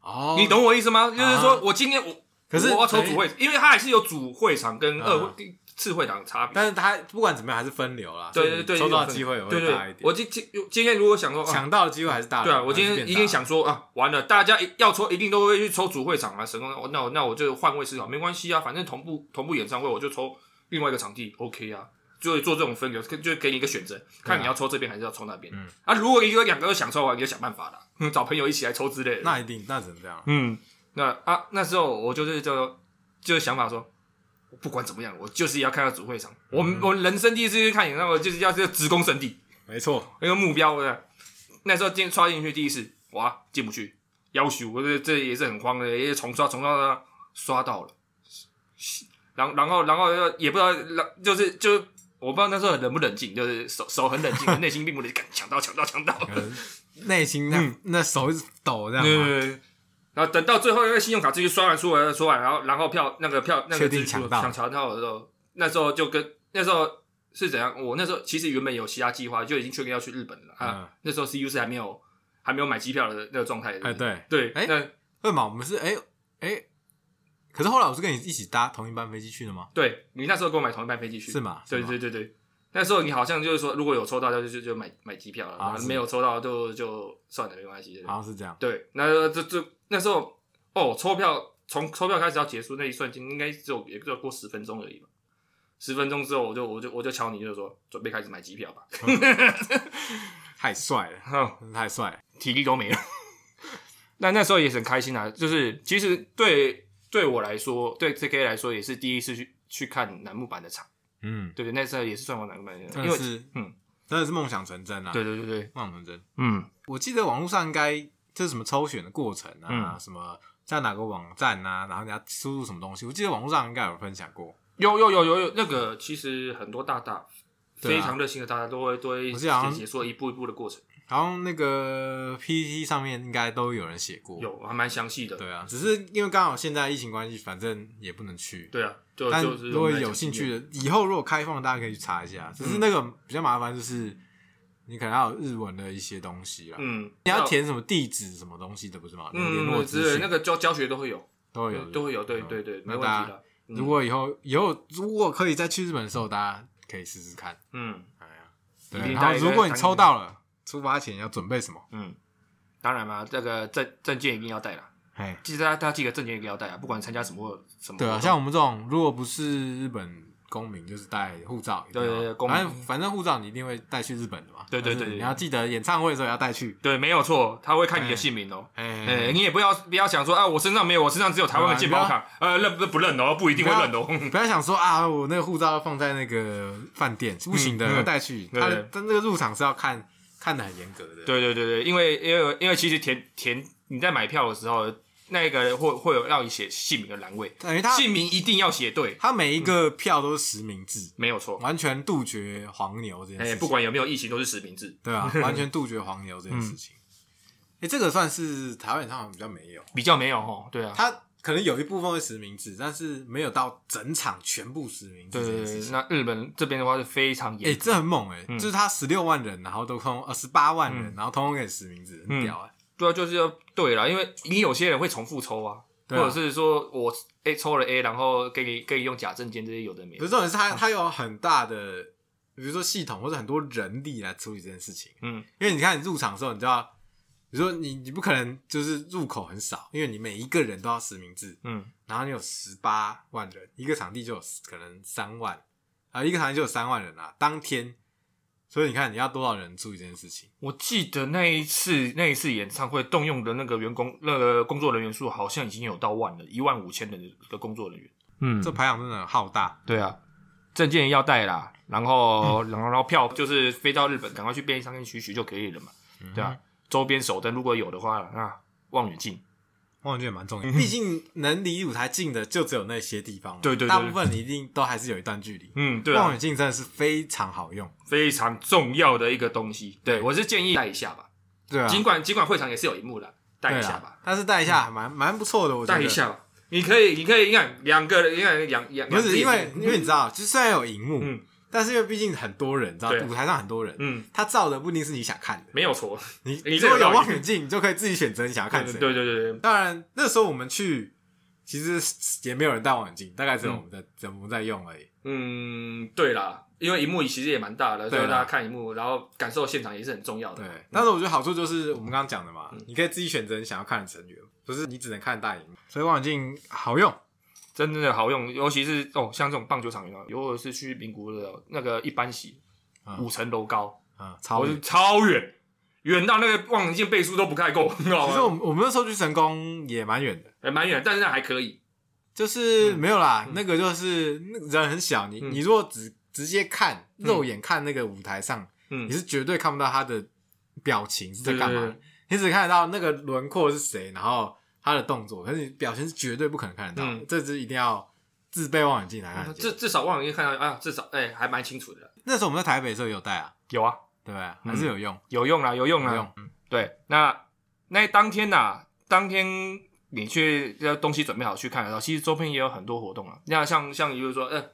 Speaker 1: 哦，
Speaker 2: 你？懂我意思吗？就是
Speaker 1: 啊
Speaker 2: 说我今天我
Speaker 1: 可是
Speaker 2: 我要抽主会，因为它还是有主会场跟二
Speaker 1: 啊
Speaker 2: 会次会场的差别。
Speaker 1: 但是它不管怎么样还是分流啦，
Speaker 2: 对
Speaker 1: 所以
Speaker 2: 对
Speaker 1: 你
Speaker 2: 对，
Speaker 1: 抽到
Speaker 2: 有
Speaker 1: 的机会也
Speaker 2: 对
Speaker 1: 会
Speaker 2: 对
Speaker 1: 大一，点
Speaker 2: 我，今今今天如果想说啊，
Speaker 1: 抢到的机会还是大的。
Speaker 2: 对啊，我今
Speaker 1: 还是
Speaker 2: 天
Speaker 1: 变
Speaker 2: 一
Speaker 1: 大
Speaker 2: 定想说啊，完了，大家一要抽一定都会去抽主会场啊，神功，那我那我就换位思考，没关系啊，反正同步同步演唱会我就抽另外一个场地，OK 啊，就做这种分流，就给你一个选择，看你要抽这边还是要抽那边。
Speaker 1: 嗯
Speaker 2: 啊，如果一个两个都想抽啊，你就想办法啦， (laughs) 嗯找朋友一起来抽之类的。
Speaker 1: 那一定那只能这样。
Speaker 2: 嗯，那啊那时候我就是就就是想法说。我不管怎么样，我就是要看到主会场。我们我人生第一次去看演唱会，就是要这个职工圣地。
Speaker 1: 没错，
Speaker 2: 那个目标的。那时候进刷进去第一次，哇，进不去，要求我这这也是很慌的，也是重刷重刷刷刷到了，然后然后然后也不知道，然就是就我不知道那时候冷不冷静，就是手手很冷静，内心并不冷静，干抢到抢到抢到，
Speaker 1: 可能内心
Speaker 2: 嗯
Speaker 1: 那那手一直抖这样
Speaker 2: 对
Speaker 1: 嘛，
Speaker 2: 对对。然后等到最后那个信用卡自己刷完出来出完，然后然后票那个票那个
Speaker 1: 确定
Speaker 2: 自助
Speaker 1: 抢到
Speaker 2: 抢抢到的时候，那时候就跟那时候是怎样？我那时候其实原本有其他计划，就已经确定要去日本了啊。
Speaker 1: 嗯
Speaker 2: 那时候 CU 是还没有还没有买机票的那个状态的。
Speaker 1: 哎对
Speaker 2: 对，
Speaker 1: 哎
Speaker 2: 那
Speaker 1: 对嘛？我们是哎哎，可是后来我是跟你一起搭同一班飞机去的吗？
Speaker 2: 对你那时候给我买同一班飞机去
Speaker 1: 是？吗？
Speaker 2: 对
Speaker 1: 是吗
Speaker 2: 对对对，那时候你好像就是说，如果有抽到就就就买买机票了，
Speaker 1: 啊
Speaker 2: 然后
Speaker 1: 是
Speaker 2: 没有抽到就就算了，没关系。
Speaker 1: 好像是这样。
Speaker 2: 对，那呃这这那时候哦，抽票从抽票开始到结束那一瞬间，应该只有也只有过十分钟而已吧。十分钟之后我，就我就我就敲你，就说准备开始买机票吧。
Speaker 1: 太帅了，
Speaker 2: (laughs) 哼
Speaker 1: 真的太帅了。
Speaker 2: 嗯体力都没了。那那时候也是很开心啊，就是其实对对我来说，对 TK 来说也是第一次去去看楠木板的场，
Speaker 1: 嗯，
Speaker 2: 对对，那时候也是算我楠木板的场，
Speaker 1: 真
Speaker 2: 因
Speaker 1: 的
Speaker 2: 为
Speaker 1: 是，
Speaker 2: 嗯，
Speaker 1: 真的是梦想成真啊！
Speaker 2: 对对对对，
Speaker 1: 梦想成真。
Speaker 2: 嗯
Speaker 1: 我记得网络上应该就是什么抽选的过程啊，
Speaker 2: 嗯
Speaker 1: 什么在哪个网站啊，然后你要输入什么东西，我记得网络上应该有分享过。
Speaker 2: 有有有有有，那个其实很多大大、
Speaker 1: 对
Speaker 2: 非
Speaker 1: 啊
Speaker 2: 常热心的大大都会都会
Speaker 1: 我记得好像
Speaker 2: 解说一步一步的过程，
Speaker 1: 好像那个 PPT 上面应该都有人写过。
Speaker 2: 有还蛮详细的。
Speaker 1: 对啊，只是因为刚好现在疫情关系，反正也不能去。
Speaker 2: 对啊，就
Speaker 1: 但
Speaker 2: 就是
Speaker 1: 如果有兴趣
Speaker 2: 的，
Speaker 1: 的，以后如果开放，大家可以去查一下。
Speaker 2: 嗯
Speaker 1: 只是那个比较麻烦，就是你可能要有日文的一些东西啦。
Speaker 2: 嗯，
Speaker 1: 你要填什么地址、什么东西的，不是吗？联络
Speaker 2: 嗯
Speaker 1: 资
Speaker 2: 之类，
Speaker 1: 讯
Speaker 2: 那个教教学都会有，
Speaker 1: 都会有，
Speaker 2: 都会有，对
Speaker 1: 嗯
Speaker 2: 对对，没
Speaker 1: 那
Speaker 2: 问
Speaker 1: 大
Speaker 2: 题的。
Speaker 1: 家
Speaker 2: 嗯
Speaker 1: 如果以后以后如果可以再去日本的时候，大家可以试试看。
Speaker 2: 嗯
Speaker 1: 哎呀，
Speaker 2: 一定
Speaker 1: 对。
Speaker 2: 带
Speaker 1: 然
Speaker 2: 一
Speaker 1: 后
Speaker 2: 个
Speaker 1: 如果你抽到了，出发前要准备什么？
Speaker 2: 嗯，当然嘛，这个证证件一定要带啦，
Speaker 1: 哎，
Speaker 2: 记得大家大家记得证件一定要带啊，不管参加什么什么活动，
Speaker 1: 对啊，像我们这种如果不是日本公民，就是带护照。
Speaker 2: 对对对
Speaker 1: 一定要
Speaker 2: 公民
Speaker 1: 反正反正护照你一定会带去日本的嘛。
Speaker 2: 对对
Speaker 1: 但是
Speaker 2: 对对
Speaker 1: 你要记得演唱会的时候也要带去。
Speaker 2: 对，没有错，他会看你的姓名哦。哎，
Speaker 1: 哎，啊
Speaker 2: 你也不要不要想说啊，我身上没有，我身上只有台湾的健保卡，呃，认不不认哦，不一定会认哦。 (laughs)
Speaker 1: 不要想说啊，我那个护照放在那个饭店是不行的，
Speaker 2: 嗯嗯
Speaker 1: 要带去。
Speaker 2: 对
Speaker 1: 他他那个入场是要看看的很严格的。
Speaker 2: 对对对对，因为因为因为其实填填你在买票的时候，那个会会有让你写姓名的栏位，
Speaker 1: 等于他
Speaker 2: 姓名一定要写对，
Speaker 1: 他每一个票都是实名制，
Speaker 2: 没有错。
Speaker 1: 完全杜绝黄牛这件
Speaker 2: 哎、
Speaker 1: 事情。
Speaker 2: 不管有没有疫情，都是实名制， (laughs)
Speaker 1: 对啊，完全杜绝黄牛这件事
Speaker 2: 嗯
Speaker 1: 情。哎、这个算是台湾演唱会比较没有，
Speaker 2: 比较没有哦。对啊，
Speaker 1: 它可能有一部分会实名制，但是没有到整场全部实名制
Speaker 2: 对
Speaker 1: 这
Speaker 2: 对
Speaker 1: 件事
Speaker 2: 对，
Speaker 1: 情。
Speaker 2: 那日本这边的话是非常
Speaker 1: 哎、
Speaker 2: 严，
Speaker 1: 这很猛哎、就是他十六万人，然后都通呃十八万人，
Speaker 2: 嗯
Speaker 1: 然后通通给实名制，很屌哎、
Speaker 2: 对啊，就是要对啦，因为你有些人会重复抽啊，
Speaker 1: 对啊
Speaker 2: 或者是说我 A 抽了 A，然后给你给你用假证件这些有的没
Speaker 1: 可
Speaker 2: 的
Speaker 1: 是，重点是他
Speaker 2: 嗯
Speaker 1: 他有很大的，比如说系统或者很多人力来处理这件事情。
Speaker 2: 嗯，
Speaker 1: 因为你看你入场的时候，你就要，比如说你你不可能就是入口很少，因为你每一个人都要实名制，
Speaker 2: 嗯
Speaker 1: 然后你有十八万人，一个场地就有可能三万啊、一个场地就有三万人啊，当天，所以你看你要多少人注意这件事情？
Speaker 2: 我记得那一次那一次演唱会动用的那个员工那个工作人员数好像已经有到万了，一万五千人的工作人员。嗯
Speaker 1: 这排行真的很浩大，
Speaker 2: 对啊，证件要带啦，然后、然后然后票就是飞到日本，赶快
Speaker 1: 嗯
Speaker 2: 啊去便利商店取取就可以了嘛。对啊，周边手灯如果有的话，那望远镜
Speaker 1: 望远镜也蛮重要，毕竟能离舞台近的就只有那些地方嘛，
Speaker 2: 对对对
Speaker 1: 大部分你一定都还是有一段距离。
Speaker 2: 嗯，对
Speaker 1: 望
Speaker 2: 啊，
Speaker 1: 远镜真的是非常好用，
Speaker 2: 非常重要的一个东西。对我是建议带一下吧，
Speaker 1: 啊对啊，
Speaker 2: 尽管尽管会场也是有一幕的，带
Speaker 1: 对
Speaker 2: 一
Speaker 1: 啊
Speaker 2: 下吧，，嗯
Speaker 1: 但是带一下还蛮蛮不错的，啊我觉得
Speaker 2: 带一。下吧。你可以，你可以，你看两个人，你看两两，
Speaker 1: 不
Speaker 2: 两只
Speaker 1: 是因为
Speaker 2: 眼，睛
Speaker 1: 因为你知道，就虽然有荧幕，
Speaker 2: 嗯
Speaker 1: 但是因为毕竟很多人，你知道
Speaker 2: 对啊
Speaker 1: 舞台上很多人，
Speaker 2: 嗯，
Speaker 1: 他照的不一定是你想看的。
Speaker 2: 没有错，
Speaker 1: 你
Speaker 2: 你
Speaker 1: 如
Speaker 2: 这
Speaker 1: 果
Speaker 2: 个
Speaker 1: 有
Speaker 2: 道理
Speaker 1: 望远镜，你就可以自己选择你想要看
Speaker 2: 对
Speaker 1: 谁。
Speaker 2: 对对对对，
Speaker 1: 当然那时候我们去，其实也没有人戴望远镜，大概只有我们在、只有我们在用而已。
Speaker 2: 嗯，对啦，因为荧幕其实也蛮大的，所以
Speaker 1: 对啦
Speaker 2: 大家看荧幕，然后感受现场也是很重要的。
Speaker 1: 对，但是我觉得好处就是我们刚刚讲的嘛，
Speaker 2: 嗯
Speaker 1: 你可以自己选择你想要看的成员，不是你只能看大荧幕，所以望远镜好用。
Speaker 2: 真的好用，尤其是哦，像这种棒球场有如果是去名古屋的那个一般席
Speaker 1: 嗯，
Speaker 2: 五层楼高，
Speaker 1: 啊，
Speaker 2: 我
Speaker 1: 超
Speaker 2: 是
Speaker 1: 远。
Speaker 2: 超远，远到那个望远镜倍数都不太够，你知道
Speaker 1: 其实我
Speaker 2: 吗？
Speaker 1: 们我们那时候去成功也蛮远的，
Speaker 2: 还蛮远，但是那还可以。
Speaker 1: 就是
Speaker 2: 嗯
Speaker 1: 没有啦，那个就是那个人很小，你
Speaker 2: 嗯
Speaker 1: 你如果只直接看肉眼看那个舞台上，
Speaker 2: 嗯
Speaker 1: 你，是绝对看不到他的表情是在干
Speaker 2: 对
Speaker 1: 嘛
Speaker 2: 对，
Speaker 1: 你只看得到那个轮廓是谁，然后他的动作，可是你表情是绝对不可能看得到的，
Speaker 2: 嗯
Speaker 1: 这只一定要自备望远镜来看得
Speaker 2: 至
Speaker 1: 见。
Speaker 2: 至少望远镜看到啊，至少哎、还蛮清楚的。
Speaker 1: 那时候我们在台北的时候有带啊，
Speaker 2: 有啊，
Speaker 1: 对不对？
Speaker 2: 嗯
Speaker 1: 还是有用，
Speaker 2: 有用啦，有用
Speaker 1: 有
Speaker 2: 啦。
Speaker 1: 用。
Speaker 2: 对，那那当天呐、当天你去要东西准备好去看的时候，其实周边也有很多活动啊。那像像比如说，呃，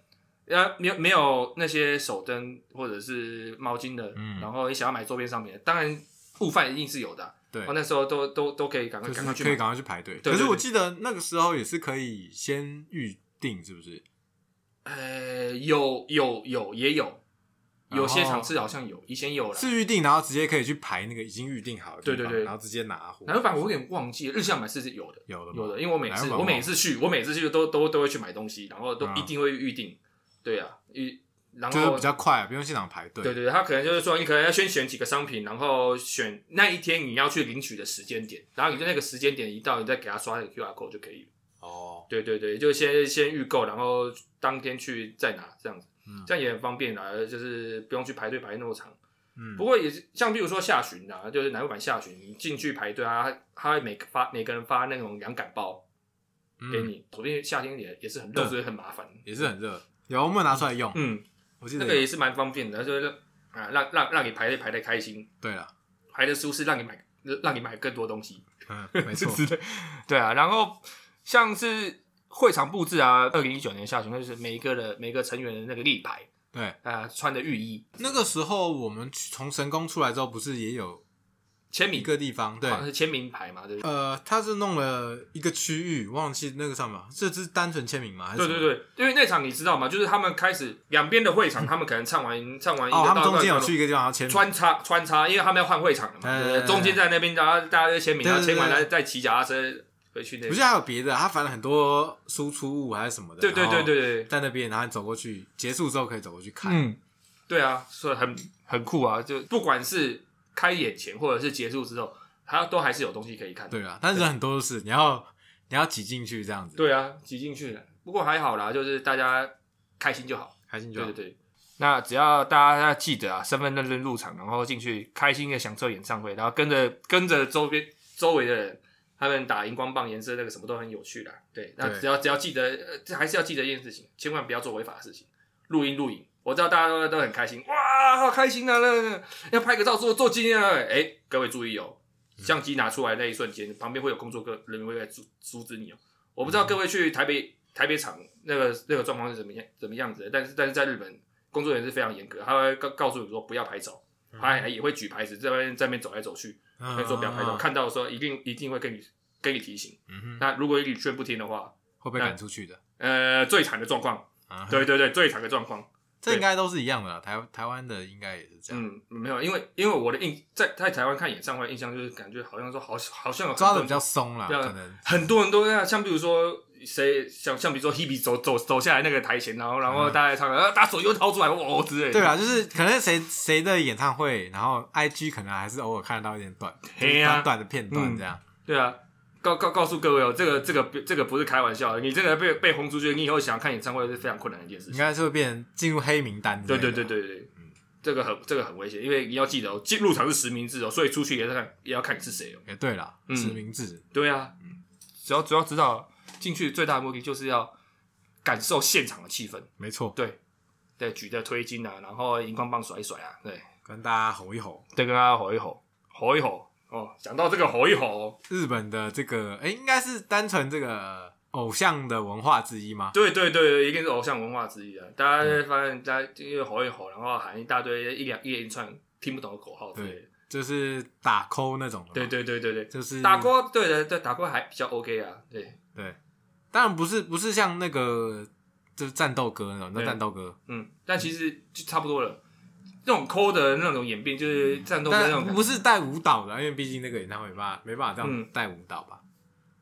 Speaker 2: 呃，没有没有那些手灯或者是毛巾的，
Speaker 1: 嗯
Speaker 2: 然后你想要买周边商品的，当然午饭一定是有的啊、
Speaker 1: 对
Speaker 2: 哦，那时候都都都可以赶快
Speaker 1: 就
Speaker 2: 赶快
Speaker 1: 是
Speaker 2: 去
Speaker 1: 可以
Speaker 2: 买。
Speaker 1: 赶快去排队。
Speaker 2: 对
Speaker 1: 可是
Speaker 2: 对
Speaker 1: 我
Speaker 2: 对
Speaker 1: 记得那个时候也是可以先预定，是不是？
Speaker 2: 呃，有有有也有，有些
Speaker 1: 然后
Speaker 2: 场次好像有，以前有了。
Speaker 1: 是预定，然后直接可以去排那个已经预定好的地方，
Speaker 2: 对对对
Speaker 1: 然后直接拿货。
Speaker 2: 奶油版我有点忘记了，日向买是是有的，
Speaker 1: 有的
Speaker 2: 有
Speaker 1: 的，
Speaker 2: 的，因为我每
Speaker 1: 哪有
Speaker 2: 次
Speaker 1: 广告
Speaker 2: 我每次去，我每次去都都都会去买东西，然后都
Speaker 1: 啊
Speaker 2: 一定会预定。对啊，预然
Speaker 1: 就是
Speaker 2: 后
Speaker 1: 比较快，啊不用现场排队。
Speaker 2: 对对对，他可能就是说，你可能要先选几个商品，然后选那一天你要去领取的时间点，然后你在那个时间点一到，你再给他刷那个 QR code 就可以了。
Speaker 1: 哦，
Speaker 2: 对对对，就先先预购，然后当天去再拿这样子
Speaker 1: 嗯，
Speaker 2: 这样也很方便啦，就是不用去排队排那么长。
Speaker 1: 嗯，
Speaker 2: 不过也是像比如说下旬啊，就是南部版下旬，你进去排队啊，他他会每个发每个人发那种凉感包
Speaker 1: 嗯
Speaker 2: 给你，昨天夏天也也是很热，
Speaker 1: 对
Speaker 2: 所以很麻烦。
Speaker 1: 也是很热，有我们有拿出来用，
Speaker 2: 嗯，
Speaker 1: 我记
Speaker 2: 那
Speaker 1: 得
Speaker 2: 个
Speaker 1: 有
Speaker 2: 也是蛮方便的，就是让啊让让让你排队排的开心，
Speaker 1: 对了，
Speaker 2: 排的舒适，让你买让你买更多东西，
Speaker 1: 嗯，没错，
Speaker 2: 之类。对啊，然后像是会场布置啊，二零一九年下旬，那就是每一个的每一个成员的那个立牌
Speaker 1: 对。
Speaker 2: 啊、穿的浴衣，
Speaker 1: 那个时候我们去从神宫出来之后，不是也有
Speaker 2: 签
Speaker 1: 一
Speaker 2: 名
Speaker 1: 个地方？对
Speaker 2: 好，像是签名牌嘛，对不对？
Speaker 1: 呃，他是弄了一个区域，忘记那个什么，这只是单纯签名吗？还是
Speaker 2: 对
Speaker 1: 什么
Speaker 2: 对，对，因为那场你知道吗？就是他们开始两边的会场，他们可能唱完唱完一个
Speaker 1: 哦，
Speaker 2: 到
Speaker 1: 他们中间
Speaker 2: 到
Speaker 1: 有去一个地方要签名，
Speaker 2: 穿插穿插，因为他们要换会场了嘛，
Speaker 1: 哎
Speaker 2: 对不对中间在那边，然后大家就签名，
Speaker 1: 对
Speaker 2: 然
Speaker 1: 对
Speaker 2: 后签完
Speaker 1: 对
Speaker 2: 再再骑脚踏车回去那
Speaker 1: 不
Speaker 2: 边。
Speaker 1: 是还有别的，他反正很多输出物还是什么的。
Speaker 2: 对对对对，对，
Speaker 1: 在那边，然后你走过去，结束之后可以走过去看。
Speaker 2: 嗯，对啊，所以很很酷啊，就不管是开演前或者是结束之后，它都还是有东西可以看。
Speaker 1: 对啊，但是很多都是你要你要挤进去这样子，，
Speaker 2: 对啊，挤进去了，不过还好啦，就是大家开心就好。
Speaker 1: 开心就
Speaker 2: 对
Speaker 1: 好
Speaker 2: 对。对。那只要大家要记得啊，身份认证入场，然后进去开心的享受演唱会，然后跟着跟着周边周围的人，他们打荧光棒、颜色那个什么都很有趣啦。对，那
Speaker 1: 对
Speaker 2: 只要只要记得，呃，这还是要记得一件事情，千万不要做违法的事情。录音录影，我知道大家都都很开心，哇，好开心啊！那那要拍个照做做纪念啊！哎、各位注意哦，相机拿出来那一瞬间，旁边会有工作个人员会来阻阻止你哦。我不知道各位去台北台北场那个那个状况是怎么样怎么样子的，但是但是在日本工作人员是非常严格，他会告告诉你说不要拍照，他也也会举牌子在外面在那边走来走去，
Speaker 1: 嗯
Speaker 2: 跟你说不要拍照，看到的时候一定一定会跟你跟你提醒。
Speaker 1: 嗯哼，
Speaker 2: 那如果你屡劝不听的话，
Speaker 1: 会被赶出去的。
Speaker 2: 呃，最惨的状况，
Speaker 1: 啊，
Speaker 2: 对对对，最惨的状况。
Speaker 1: 这应该都是一样的啦，台台湾的应该也是这样，
Speaker 2: 嗯，没有，因为因为我的印在在台湾看演唱会的印象就是感觉好像说好好像有很多
Speaker 1: 抓的
Speaker 2: 人
Speaker 1: 比较松啦，
Speaker 2: 对啊
Speaker 1: 可能
Speaker 2: 很多人都那样，像比如说谁像像比如说 Hebe 走走走下来那个台前，然后然后大家唱呃把手又掏出来哦之类的，
Speaker 1: 嗯对啊，就是可能谁谁的演唱会，然后 IG 可能还是偶尔看得到一点短，
Speaker 2: 嘿呀
Speaker 1: 就是短短的片段这样。
Speaker 2: 对啊，告告告诉各位哦，这个这个不这个不是开玩笑的，你这个被被轰出去，你以后想看演唱会是非常困难的一件事
Speaker 1: 应
Speaker 2: 情。
Speaker 1: 该是会变成进入黑名单之
Speaker 2: 对
Speaker 1: 类的
Speaker 2: 对嗯对对对，这个很这个很危险，因为你要记得哦，进入场是实名制哦，所以出去也要看也要看你是谁哦。
Speaker 1: 也对啦，
Speaker 2: 嗯
Speaker 1: 实名制，
Speaker 2: 对啊，只要只要知道进去最大的目的就是要感受现场的气氛，
Speaker 1: 没错，
Speaker 2: 对对，举着推金啊，然后荧光棒甩一甩啊，对，
Speaker 1: 跟大家吼一吼。
Speaker 2: 对，跟大家啊吼一吼，吼一吼哦。讲到这个吼一吼，
Speaker 1: 日本的这个，哎、应该是单纯这个偶像的文化之一吗？
Speaker 2: 对对对，一定是偶像文化之一啊。大家发现，大家因为吼一吼，然后喊一大堆一两一连串听不懂的口号之类的。
Speaker 1: 就是打 call 那种的嘛。
Speaker 2: 对对对对对，
Speaker 1: 就是
Speaker 2: 打过对对对，打过还比较 OK 啊。对，
Speaker 1: 对，当然不是不是像那个就是战斗歌那种，那
Speaker 2: 对
Speaker 1: 战斗歌，
Speaker 2: 嗯，但其实就差不多了。那种抠的那种演变，就是战斗的那种
Speaker 1: 但
Speaker 2: 感
Speaker 1: 不
Speaker 2: 觉，
Speaker 1: 是带舞蹈的，因为毕竟那个演唱会没办法没办法这样
Speaker 2: 嗯
Speaker 1: 带舞蹈吧，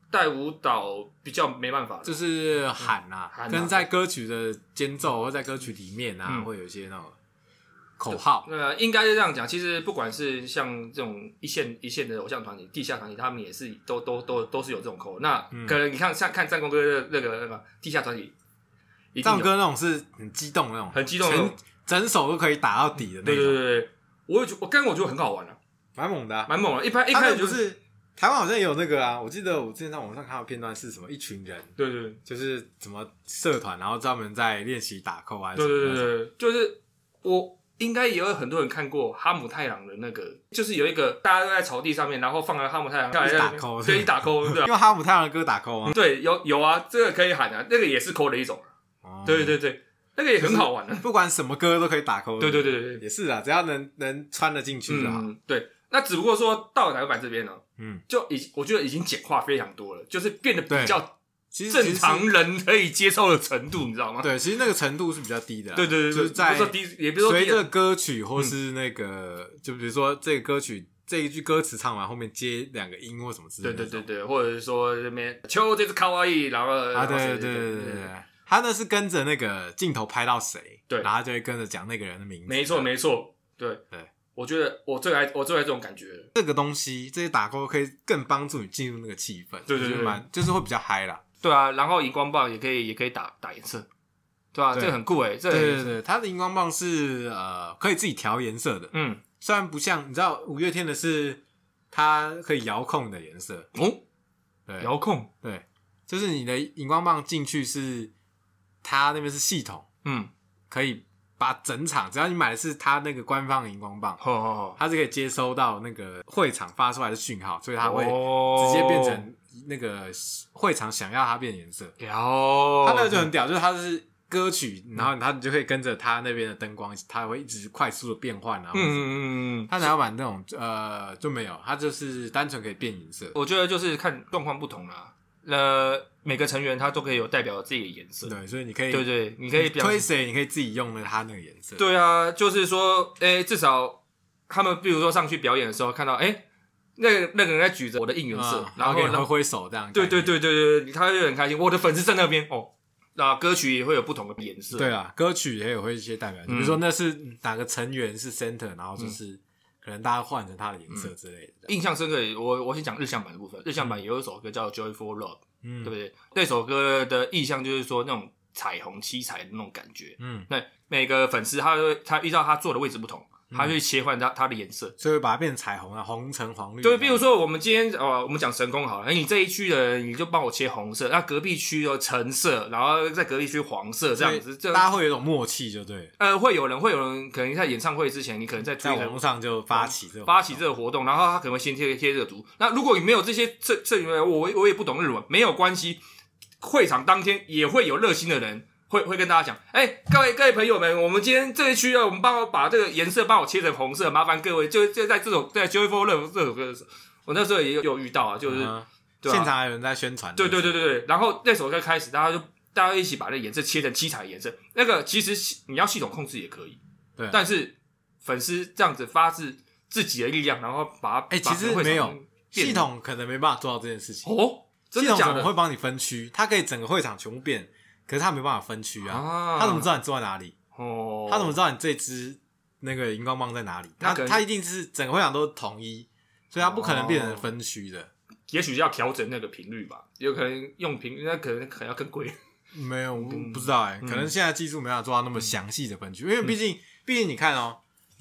Speaker 2: 带舞蹈比较没办法。
Speaker 1: 就是喊啊，
Speaker 2: 喊啊
Speaker 1: 跟在歌曲的间奏或在歌曲里面啊，
Speaker 2: 嗯
Speaker 1: 会有一些那种口号，
Speaker 2: 呃，应该是这样讲。其实不管是像这种一线一线的偶像团体、地下团体，他们也是都都都都是有这种抠。那
Speaker 1: 嗯
Speaker 2: 可能你看像看战功哥的那个那个地下团体，一定
Speaker 1: 唱
Speaker 2: 有
Speaker 1: 歌那种是很激动的那种，
Speaker 2: 很激动的那
Speaker 1: 整
Speaker 2: 种
Speaker 1: 整首都可以打到底的那
Speaker 2: 对对对
Speaker 1: 种，
Speaker 2: 对，对我也觉我刚刚我觉得很好玩啊，
Speaker 1: 蛮猛的啊。
Speaker 2: 蛮猛的。一拍一
Speaker 1: 他
Speaker 2: 开
Speaker 1: 们
Speaker 2: 始就
Speaker 1: 不是台湾好像也有那个啊，我记得我之前在网上看到片段是什么一群人。
Speaker 2: 对对对
Speaker 1: 就是什么社团，然后专门在练习打扣啊，
Speaker 2: 对对对，对，就是我应该也有很多人看过哈姆太郎的那个，就是有一个大家都在草地上面，然后放了哈姆太郎下来
Speaker 1: 一直打
Speaker 2: 扣，
Speaker 1: call
Speaker 2: 对，一打扣，对啊
Speaker 1: 因为哈姆太郎的歌打扣吗？
Speaker 2: 对，有有啊，这个可以喊啊，那个也是扣的一种啊，
Speaker 1: 哦
Speaker 2: 对，对对，那个也很好玩啊，
Speaker 1: 不管什么歌都可以打扣。
Speaker 2: 对对对对对，
Speaker 1: 也是啊，只要能能穿得进去就好。
Speaker 2: 嗯，对。那只不过说到台版这边呢，
Speaker 1: 嗯，
Speaker 2: 就已我觉得已经简化非常多了，就是变得比
Speaker 1: 对
Speaker 2: 较
Speaker 1: 其实
Speaker 2: 正常，人可以接受的程度，你知道吗？
Speaker 1: 其实对，其实那个程度是比较低的啊。
Speaker 2: 对对对，
Speaker 1: 就是在
Speaker 2: 不是说低，也不是说
Speaker 1: 随
Speaker 2: 低啊嗯
Speaker 1: 着
Speaker 2: 了，
Speaker 1: 歌曲或是那个，就比如说这个歌曲这一句歌词唱完，后面接两个音或什么之类
Speaker 2: 对
Speaker 1: 的。
Speaker 2: 对对对，或者是说这边秋这只卡哇伊，然后
Speaker 1: 啊，
Speaker 2: 然后
Speaker 1: 对对
Speaker 2: 谁
Speaker 1: 对对
Speaker 2: 对
Speaker 1: 对对对，他那是跟着那个镜头拍到谁，
Speaker 2: 对
Speaker 1: 然后就会跟着讲那个人的名字。
Speaker 2: 没错没错，对
Speaker 1: 对。
Speaker 2: 我觉得我最爱我最爱这种感觉了，
Speaker 1: 这个东西，这些打勾可以更帮助你进入那个气氛，
Speaker 2: 对对对
Speaker 1: 我觉得蛮就是会比较嗨啦。
Speaker 2: 对啊，然后荧光棒也可以也可以打打颜色，对啊，
Speaker 1: 对
Speaker 2: 这个很酷诶，这个
Speaker 1: 对
Speaker 2: 很
Speaker 1: 对对，对它的荧光棒是呃可以自己调颜色的，
Speaker 2: 嗯，
Speaker 1: 虽然不像你知道五月天的是它可以遥控的颜色，
Speaker 2: 哦，
Speaker 1: 对
Speaker 2: 遥控，
Speaker 1: 对，就是你的荧光棒进去是它那边是系统
Speaker 2: 嗯，
Speaker 1: 可以把整场，只要你买的是它那个官方的荧光棒，
Speaker 2: 好好好，
Speaker 1: 它是可以接收到那个会场发出来的讯号，所以它会
Speaker 2: 直
Speaker 1: 直接变成那个会场想要它变颜色。
Speaker 2: 有，
Speaker 1: 他那个就很屌，就是他是歌曲，然后他你就可以跟着他那边的灯光，他会一直快速的变换啊。
Speaker 2: 嗯嗯嗯嗯嗯，
Speaker 1: 他哪有买那种呃就没有，他就是单纯可以变颜色。
Speaker 2: 我觉得就是看状况不同啦。呃，每个成员他都可以有代表自己的颜色，
Speaker 1: 对，所以你可以
Speaker 2: 对对，你可以表
Speaker 1: 推谁，你可以自己用了他那个颜色。
Speaker 2: 对啊，就是说，哎、至少他们比如说上去表演的时候，看到哎、诶那个那个人在举着我的应援
Speaker 1: 嗯，
Speaker 2: 色，啊然
Speaker 1: 然后
Speaker 2: 后
Speaker 1: 给你挥
Speaker 2: 呢，
Speaker 1: 挥手这样。
Speaker 2: 对对。对对对，他就很开心，我的粉丝在那边哦。那歌曲也会有不同的颜色，
Speaker 1: 对啊，歌曲也有会一些代
Speaker 2: 嗯
Speaker 1: 表，比如说那是哪个成员是 center，然后就是可能大家换成他的颜色之类的。
Speaker 2: 印象深刻。我我先讲日向版的部分，日向版有一首歌叫《Joyful Love》，
Speaker 1: 嗯，
Speaker 2: 对不对？那首歌的意象就是说那种彩虹七彩的那种感觉。
Speaker 1: 嗯，
Speaker 2: 那每个粉丝他会他依照他坐的位置不同，他就会切换他他的颜色，
Speaker 1: 所以会把它变成彩虹啊，红橙黄绿。
Speaker 2: 对，比如说我们今天哦，我们讲神功好了，哎，你这一区的人你就帮我切红色，那隔壁区有橙色，然后在隔壁区黄色这样子，这
Speaker 1: 大家会有一种默契，就对了。
Speaker 2: 呃会有人会有人可能在演唱会之前，你可能在
Speaker 1: 在
Speaker 2: Twitter
Speaker 1: 网络上就发起这种
Speaker 2: 发起这个活动，然后他可能会先贴贴这个图。那如果你没有这些这这我我我也不懂日文，没有关系，会场当天也会有热心的人。会会跟大家讲，哎、各位各位朋友们，我们今天这一区啊，我们帮我把这个颜色帮我切成红色，麻烦各位就就在这首在《Joyful Love》这首歌的时候，我那时候也有有遇到啊，就是、
Speaker 1: 嗯
Speaker 2: 对啊
Speaker 1: 现场还有人在宣传，
Speaker 2: 对对对，对对，然后那首歌开始，大家就大家一起把那颜色切成七彩颜色。那个其实系你要系统控制也可以，
Speaker 1: 对
Speaker 2: 但是粉丝这样子发自自己的力量，然后把
Speaker 1: 哎
Speaker 2: 把
Speaker 1: 其实
Speaker 2: 会场
Speaker 1: 没有
Speaker 2: 变
Speaker 1: 系统可能没办法做到这件事情。
Speaker 2: 哦，真
Speaker 1: 系
Speaker 2: 的
Speaker 1: 统
Speaker 2: 假
Speaker 1: 怎么会
Speaker 2: 的？
Speaker 1: 帮你分区？它可以整个会场全部变，可是它没办法分区啊。
Speaker 2: 啊
Speaker 1: 它怎么知道你坐在哪里？
Speaker 2: 哦，
Speaker 1: 它怎么知道你这支那个荧光棒在哪里？
Speaker 2: 那
Speaker 1: 它
Speaker 2: 可能
Speaker 1: 它一定是整个会场都统一，所以它不可能变成
Speaker 2: 哦
Speaker 1: 分区的。
Speaker 2: 也许要调整那个频率吧，有可能用频，那可能可能要更贵。
Speaker 1: 没
Speaker 2: 嗯
Speaker 1: 欸有，我不不知道哎，可能现在技术没办法做到那么详细的分区，因为毕竟毕竟你看哦，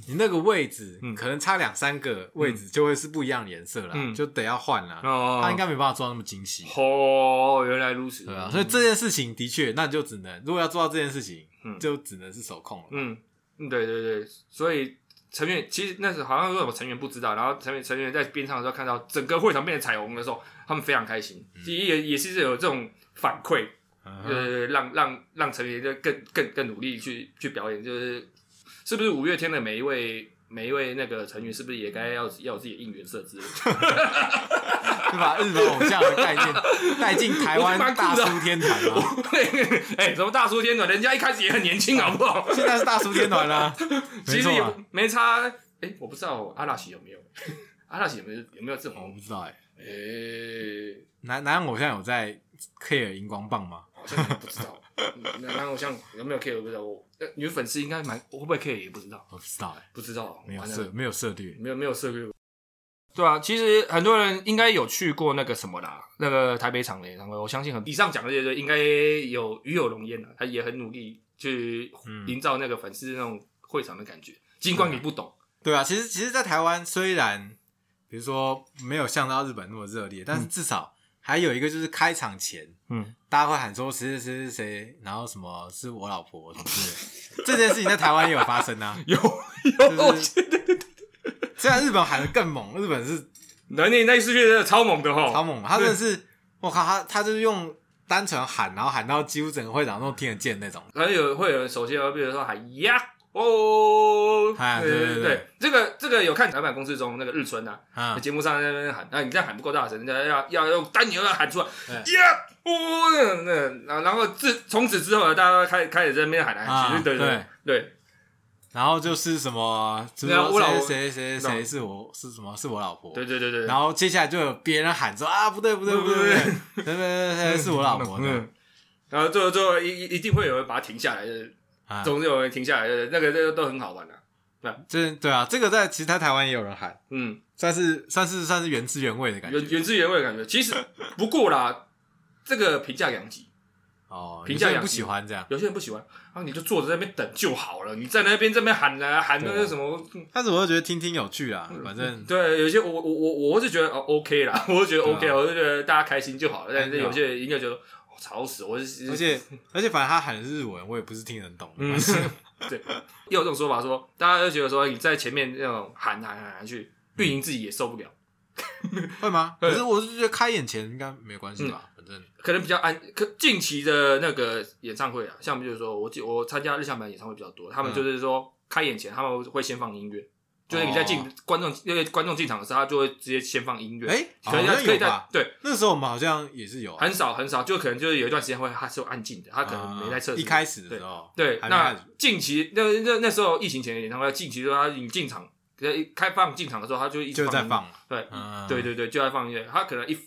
Speaker 1: 你那个位置
Speaker 2: 嗯
Speaker 1: 可能差两三个位置就会是不一样的颜色啦，
Speaker 2: 嗯
Speaker 1: 就得要换啦。
Speaker 2: 哦，
Speaker 1: (laughs) 他应该没办法做到那么精细，
Speaker 2: 哦，原来如此，
Speaker 1: 对啊。所以这件事情的确，那就只能如果要做到这件事情，
Speaker 2: 嗯
Speaker 1: 就只能是手控了。
Speaker 2: 嗯，嗯对对对，所以成员其实那时候好像说什么成员不知道，然后成员成员在边唱的时候看到整个会场变成彩虹的时候，他们非常开心，其实也也是有这种反馈，
Speaker 1: 嗯哼
Speaker 2: 呃，让让让成员就更更更努力去去表演，就是是不是五月天的每一位每一位那个成员是不是也该要要有自己的应援设置？ (laughs)
Speaker 1: 就把日本偶像的
Speaker 2: (laughs)
Speaker 1: 概念带进台湾大叔天团啊！
Speaker 2: 哎、什么大叔天团，人家一开始也很年轻，好不
Speaker 1: (laughs)
Speaker 2: 好？
Speaker 1: 现在是大叔天团啦、 (laughs)
Speaker 2: 其
Speaker 1: 没
Speaker 2: 实
Speaker 1: 错
Speaker 2: 也
Speaker 1: 啊，
Speaker 2: 不没差。哎、我不知道阿拉西有没有，阿拉西有没有有没有这
Speaker 1: 我
Speaker 2: 种？
Speaker 1: 不知道哎、
Speaker 2: 哎、
Speaker 1: 男男偶像有在 care 荧光棒吗？
Speaker 2: 好像不知道。嗯那那我像有没有 K 我不知道，我呃女粉丝应该蛮会不会 K 也不知道，
Speaker 1: 我不知道哎、
Speaker 2: 不知道
Speaker 1: 没有
Speaker 2: 完了
Speaker 1: 涉没有涉猎。
Speaker 2: 没有没有涉猎。对啊，其实很多人应该有去过那个什么啦，那个台北场的演唱会。我相信很以上讲的这些，应该有与有荣焉啦。他也很努力去
Speaker 1: 嗯
Speaker 2: 营造那个粉丝那种会场的感觉，尽管你不懂，
Speaker 1: 对啊，其实其实，在台湾虽然比如说没有像到日本那么热烈，但是至少还有一个就是开场前，
Speaker 2: 嗯，
Speaker 1: 大家会喊说谁谁谁谁谁，然后什么是我老婆什么之类的，这件事情在台湾也有发生啊。
Speaker 2: 有
Speaker 1: 就
Speaker 2: (laughs)
Speaker 1: (laughs)
Speaker 2: 有，
Speaker 1: 是虽然日本喊的更猛，日本是
Speaker 2: 那你那一次去真的超猛的哈，
Speaker 1: 超猛！他真的是，我靠，他他就是用单纯喊，然后喊到几乎整个会场都听得见那种。
Speaker 2: 可能有会有人首先会比如说喊呀哦，
Speaker 1: 哎
Speaker 2: 对
Speaker 1: 对
Speaker 2: 对
Speaker 1: 对
Speaker 2: 对
Speaker 1: 对，
Speaker 2: 这个这个有看台版公司中那个日春啊，
Speaker 1: 嗯，
Speaker 2: 节目上在那边喊，那你这样喊不够大声，人家要要用单牛要喊出来
Speaker 1: 对
Speaker 2: 呀哦，那那然后然后自从此之后呢，大家开开始在那边喊来喊去，
Speaker 1: 啊
Speaker 2: 对对对，
Speaker 1: 然后就是什么，就是
Speaker 2: 对啊我
Speaker 1: 说
Speaker 2: 老婆
Speaker 1: 谁谁谁谁谁是我是什么是我老婆，
Speaker 2: 对对对对，
Speaker 1: 然后接下来就有别人喊说啊不对不对不对不对不对对呃对是我老婆的
Speaker 2: 嗯，然后最后最后一一一定会有人把它停下来的，
Speaker 1: 啊，
Speaker 2: 总是有人停下来的，那个这个都很好玩啊的，
Speaker 1: 这对啊，这个在其实在台湾也有人喊，
Speaker 2: 嗯。
Speaker 1: 算是算是算是原汁原味的感
Speaker 2: 原
Speaker 1: 觉
Speaker 2: 原汁原味的感觉。其实不过啦，这个评价两极，
Speaker 1: 哦，
Speaker 2: 评价
Speaker 1: 有些人
Speaker 2: 两
Speaker 1: 不
Speaker 2: 极
Speaker 1: 喜欢这样，
Speaker 2: 有些人不喜欢，啊，你就坐着在那边等就好了，你在那边这边喊啊喊那
Speaker 1: 对
Speaker 2: 个
Speaker 1: 啊
Speaker 2: 什么，
Speaker 1: 但是我就觉得听听有趣啊，反正
Speaker 2: 对，有些我我我我是觉得哦 OK 啦， (laughs) 我是觉得
Speaker 1: 对
Speaker 2: OK，、
Speaker 1: 啊
Speaker 2: 我是觉得大家开心就好了。但是
Speaker 1: 对啊
Speaker 2: 有些人应该觉得哦吵死，我是
Speaker 1: 而且而且反正他喊的是日文，我也不是听得懂，
Speaker 2: 嗯， (laughs) 对，也有这种说法说，大家都觉得说你在前面那种喊喊喊喊去，运营自己也受不了。
Speaker 1: 会吗？可是我是觉得开眼前应该没关系
Speaker 2: 嗯
Speaker 1: 吧，反正
Speaker 2: 可能比较安。可近期的那个演唱会啊，像比如说我记我参加日向版演唱会比较多，他们
Speaker 1: 嗯
Speaker 2: 就是说开演前他们会先放音乐，就是你在进
Speaker 1: 哦
Speaker 2: 观众因为观众进场的时候，他就会直接先放音乐。
Speaker 1: 哎，
Speaker 2: 可能
Speaker 1: 好
Speaker 2: 要
Speaker 1: 像
Speaker 2: 可以
Speaker 1: 有
Speaker 2: 在
Speaker 1: 吧？
Speaker 2: 对
Speaker 1: 那时候我们好像也是有啊，
Speaker 2: 很少很少，就可能就是有一段时间会它是有安静的，他可能没在测试。
Speaker 1: 一开始的时候，
Speaker 2: 对，
Speaker 1: 还没开
Speaker 2: 那
Speaker 1: 始
Speaker 2: 近期那那那时候疫情前的演唱会，近期就是他你进场一开放进场的时候，他就一直
Speaker 1: 就在
Speaker 2: 放音乐，
Speaker 1: 放了，
Speaker 2: 对
Speaker 1: 嗯
Speaker 2: 对对对，就在放音乐，他可能一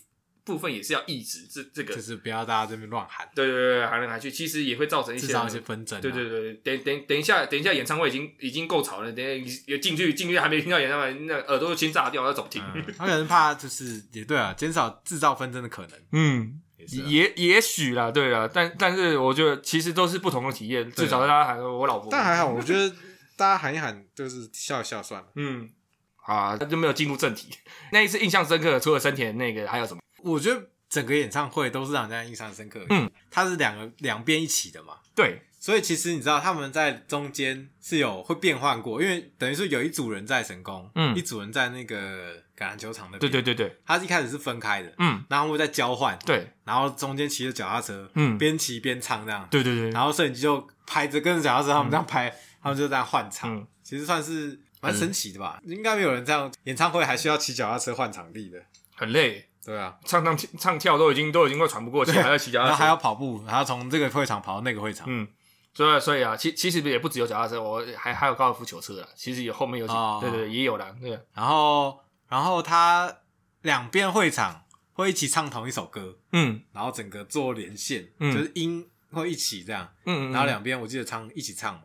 Speaker 2: 部分也是要抑制这这个
Speaker 1: 就。是不要大家这边乱喊，
Speaker 2: 对对对对，喊来喊去，其实也会造成一
Speaker 1: 制
Speaker 2: 些
Speaker 1: 造一些纷争啊。
Speaker 2: 对对对，对等等等一下，等一下，演唱会已经已经够吵了，等一下有进去进去还没听到演唱会，那耳朵都先炸掉，要怎么听？
Speaker 1: 嗯，他可能怕就是也对啊，减少制造纷争的可能，
Speaker 2: (laughs) 嗯，
Speaker 1: 也是啊
Speaker 2: 也也许啦，对啦，但但是我觉得其实都是不同的体验，
Speaker 1: 对啊
Speaker 2: 至少大家喊我老婆，
Speaker 1: 但还好，我觉得大家喊一喊就是笑一笑算了。
Speaker 2: 嗯，好啊，那就没有进入正题。那一次印象深刻，除了森田那个，还有什么？
Speaker 1: 我觉得整个演唱会都是让人家印象深刻的，
Speaker 2: 嗯，
Speaker 1: 它是两个两边一起的嘛，
Speaker 2: 对，
Speaker 1: 所以其实你知道他们在中间是有会变换过，因为等于说有一组人在神宫，
Speaker 2: 嗯
Speaker 1: 一组人在那个橄榄球场那边，
Speaker 2: 对对对对，
Speaker 1: 他一开始是分开的，
Speaker 2: 嗯，
Speaker 1: 然后会在交换，
Speaker 2: 对，
Speaker 1: 然后中间骑着脚踏车，
Speaker 2: 嗯
Speaker 1: 边骑边唱这样，
Speaker 2: 对对对，
Speaker 1: 然后摄影机就拍着跟着脚踏车他们这样拍，他们就这样换场，
Speaker 2: 嗯
Speaker 1: 其实算是蛮神奇的吧，应该没有人这样演唱会还需要骑脚踏车换场地的，
Speaker 2: 很累，
Speaker 1: 对啊，
Speaker 2: 唱唱唱跳都已经都已经快喘不过气，还要骑脚
Speaker 1: 然
Speaker 2: 踏
Speaker 1: 后还
Speaker 2: 车。
Speaker 1: 要跑步，还要从这个会场跑到那个会场，
Speaker 2: 嗯，所以所以啊，其其实也不只有脚踏车，我还还有高尔夫球车啦。其实有后面有几，
Speaker 1: 哦
Speaker 2: 对对对，也有啦。对，
Speaker 1: 然后然后他两边会场会一起唱同一首歌，
Speaker 2: 嗯
Speaker 1: 然后整个做连线，
Speaker 2: 嗯
Speaker 1: 就是音会一起这样，
Speaker 2: 嗯
Speaker 1: 然后两边我记得唱一起唱嘛。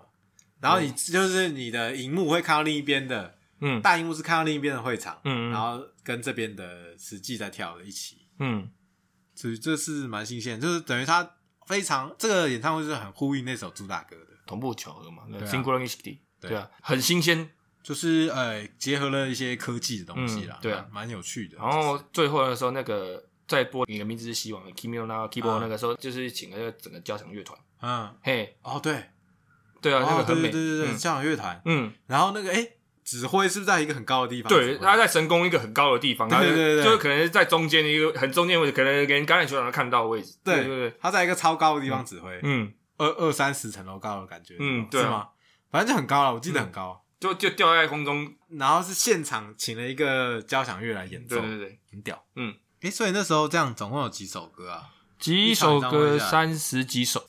Speaker 1: 然后你就是你的荧幕会看到另一边的
Speaker 2: 嗯
Speaker 1: 大荧幕是看到另一边的会场，
Speaker 2: 嗯嗯
Speaker 1: 然后跟这边的实际在跳的一起，
Speaker 2: 嗯
Speaker 1: 所以这是蛮新鲜，就是等于他非常这个演唱会是很呼应那首主打歌的，
Speaker 2: 同步球的嘛，对
Speaker 1: 对啊
Speaker 2: s i n g l e n i s h
Speaker 1: 对
Speaker 2: 对啊，很新鲜。
Speaker 1: 就是呃，结合了一些科技的东西啦，
Speaker 2: 嗯对啊
Speaker 1: 蛮蛮有趣的。
Speaker 2: 然后最后的时候，那个在播《你的名字是希望》的 Kimio 那
Speaker 1: 啊
Speaker 2: Keyboard 那个时候，就是请了整个交响乐团。
Speaker 1: 嗯，
Speaker 2: 嘿，
Speaker 1: 哦对，
Speaker 2: 对啊，那
Speaker 1: 哦
Speaker 2: 个
Speaker 1: 对
Speaker 2: 很美。
Speaker 1: 对对对对，
Speaker 2: 嗯
Speaker 1: 交响乐团，
Speaker 2: 嗯，
Speaker 1: 然后那个哎，指挥是不是在一个很高的地方指挥？
Speaker 2: 对，他在神宫一个很高的地方，
Speaker 1: 对对对对
Speaker 2: 他就是可能是在中间的一个很中间的位置，可能连橄榄球场都看不到的位置。对对
Speaker 1: 对
Speaker 2: 对，，
Speaker 1: 他在一个超高的地方指挥，
Speaker 2: 嗯，
Speaker 1: 二二三十层楼高的感觉，
Speaker 2: 嗯对啊嗯
Speaker 1: 是吗？反正就很高了，我记得很高。
Speaker 2: 就就吊在空中。
Speaker 1: 然后是现场请了一个交响乐来演奏
Speaker 2: 对，对对，
Speaker 1: 很屌。
Speaker 2: 嗯，
Speaker 1: 哎，所以那时候这样总共有几首歌啊？
Speaker 2: 几
Speaker 1: 首
Speaker 2: 首
Speaker 1: 歌
Speaker 2: 歌三十几首，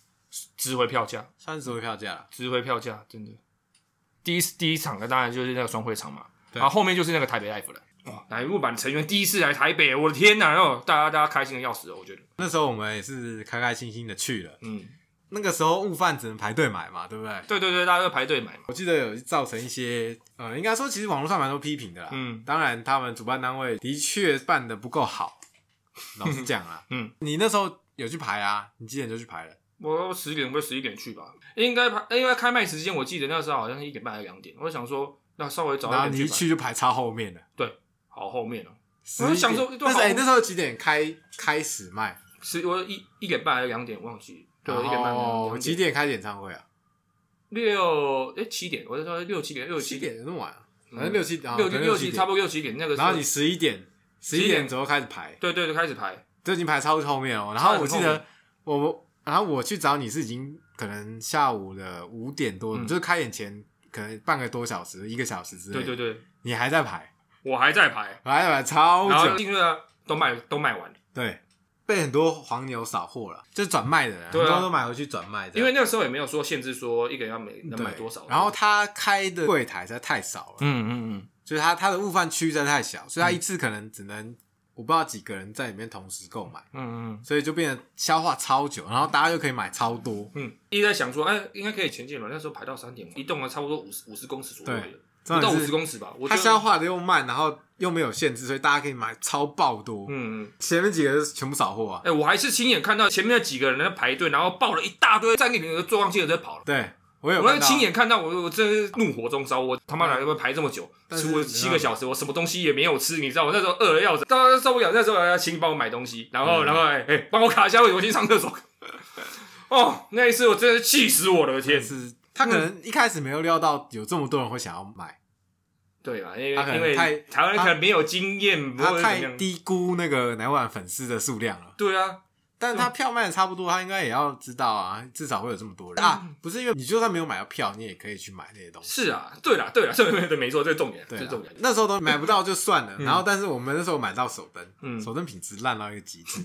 Speaker 2: 值回票价，
Speaker 1: 三十回票价了，
Speaker 2: 值回票价，真的。第一第一场的当然就是那个双会场嘛，
Speaker 1: 对
Speaker 2: 然后后面就是那个台北 Life 了。哇，乃木坂成员第一次来台北，我的天哪！然后大家大家开心的要死了，我觉得。
Speaker 1: 那时候我们也是开开心心的去了。
Speaker 2: 嗯，
Speaker 1: 那个时候悟饭只能排队买嘛，对不对？
Speaker 2: 对对对，大家都排队买嘛。
Speaker 1: 我记得有造成一些，呃，应该说其实网络上蛮多批评的啦。
Speaker 2: 嗯。
Speaker 1: 当然他们主办单位的确办的不够好，老实讲啊
Speaker 2: 嗯，
Speaker 1: 你那时候有去排啊？你几点就去排了？
Speaker 2: 我十点不十一点去吧，应该排，因为开卖时间我记得那时候好像是一点半还是两点，我想说那稍微早
Speaker 1: 然后
Speaker 2: 一
Speaker 1: 你一
Speaker 2: 点去吧，
Speaker 1: 去就排超后面了。
Speaker 2: 好后面哦、
Speaker 1: 十
Speaker 2: 我就想说
Speaker 1: 但是
Speaker 2: 好
Speaker 1: 哎、那时候几点开开始卖？
Speaker 2: 十我一一点半还是两点忘记，对，我一点半
Speaker 1: 哦，
Speaker 2: 两
Speaker 1: 几？点开演唱会啊？
Speaker 2: 六哎七点，我是说六七点六
Speaker 1: 七
Speaker 2: 点
Speaker 1: 点那么晚、啊？
Speaker 2: 嗯
Speaker 1: 反正六七啊，
Speaker 2: 六
Speaker 1: 可能
Speaker 2: 六
Speaker 1: 七
Speaker 2: 七差不多六七点那个
Speaker 1: 多
Speaker 2: 时
Speaker 1: 然
Speaker 2: 候，
Speaker 1: 后你十一点十
Speaker 2: 11
Speaker 1: 一
Speaker 2: 点
Speaker 1: 点左右开始排，
Speaker 2: 对对对开始排，
Speaker 1: 就已经排超后面了。然后我
Speaker 2: 超
Speaker 1: 记
Speaker 2: 后
Speaker 1: 得
Speaker 2: 面
Speaker 1: 我们，然后我去找你是已经可能下午的五点多，
Speaker 2: 嗯
Speaker 1: 就是开演前可能半个多小时、一个小时之类。
Speaker 2: 对对，对，
Speaker 1: 你还在排，
Speaker 2: 我还在排，
Speaker 1: 还在排超
Speaker 2: 然后
Speaker 1: 久。
Speaker 2: 进去了都卖都卖完了，
Speaker 1: 对，被很多黄牛扫货了，就是转卖的人，
Speaker 2: 对啊
Speaker 1: 很多都买回去转卖这样。
Speaker 2: 因为那个时候也没有说限制说一个人要每能
Speaker 1: 对
Speaker 2: 买多少，
Speaker 1: 然后他开的柜台实在太少了，
Speaker 2: 嗯嗯嗯，
Speaker 1: 就是他他的悟饭区实在太小，所以他一次可能只能、我不知道几个人在里面同时购买，
Speaker 2: 嗯嗯。
Speaker 1: 所以就变得消化超久，然后大家就可以买超多，
Speaker 2: 嗯，一直在想说，哎、应该可以前进了。那时候排到三点，移动啊了差不多五十五十公尺左右
Speaker 1: 对
Speaker 2: 的，
Speaker 1: 重
Speaker 2: 不到
Speaker 1: 点
Speaker 2: 五
Speaker 1: 是
Speaker 2: 十公尺吧。我觉
Speaker 1: 他
Speaker 2: 得
Speaker 1: 消化的又慢，然后又没有限制，所以大家可以买超爆多。
Speaker 2: 嗯嗯，
Speaker 1: 前面几个就是全部扫货啊
Speaker 2: 哎、，我还是亲眼看到前面的几个人在排队，然后抱了一大堆站立的坐上汽车在跑了。
Speaker 1: 对我 (laughs) 有
Speaker 2: 我
Speaker 1: 看
Speaker 2: 是
Speaker 1: 到，
Speaker 2: 亲眼看到，我我真是怒火中烧，我他妈来排这么久，
Speaker 1: 但是
Speaker 2: 我七个小时，我什么东西也没有吃，你知道，我那时候饿的要死，当然受不了，那时候还要请你帮我买东西，然
Speaker 1: 嗯
Speaker 2: 后、然后哎哎，帮、我卡一下位，我先上厕
Speaker 1: (laughs)
Speaker 2: 所。哦，那一次我真的气死我了，我的天！
Speaker 1: 啊是他可能一开始没有料到有这么多人会想要买，
Speaker 2: 对吧？因
Speaker 1: 他可
Speaker 2: 为
Speaker 1: 能
Speaker 2: 因为
Speaker 1: 太
Speaker 2: 台湾人
Speaker 1: 他
Speaker 2: 可能没有经验，不
Speaker 1: 他
Speaker 2: 会怎么
Speaker 1: 太
Speaker 2: 样。
Speaker 1: 低估那个奶碗粉丝的数量了。
Speaker 2: 对啊，
Speaker 1: 但他票卖的差不多，他应该也要知道啊，至少会有这么多人啊。不是因为你就算没有买到票，你也可以去买那些东
Speaker 2: 嗯
Speaker 1: 西。
Speaker 2: 是啊，对啦，对啦， (laughs) 对对对，没错，这是重点，这
Speaker 1: 对
Speaker 2: 是
Speaker 1: 啊
Speaker 2: 重点，。
Speaker 1: 那时候都买不到就算了， (laughs) 然后但是我们那时候买到手灯，
Speaker 2: 嗯
Speaker 1: 手灯品质烂到一个
Speaker 2: (laughs)
Speaker 1: 极致，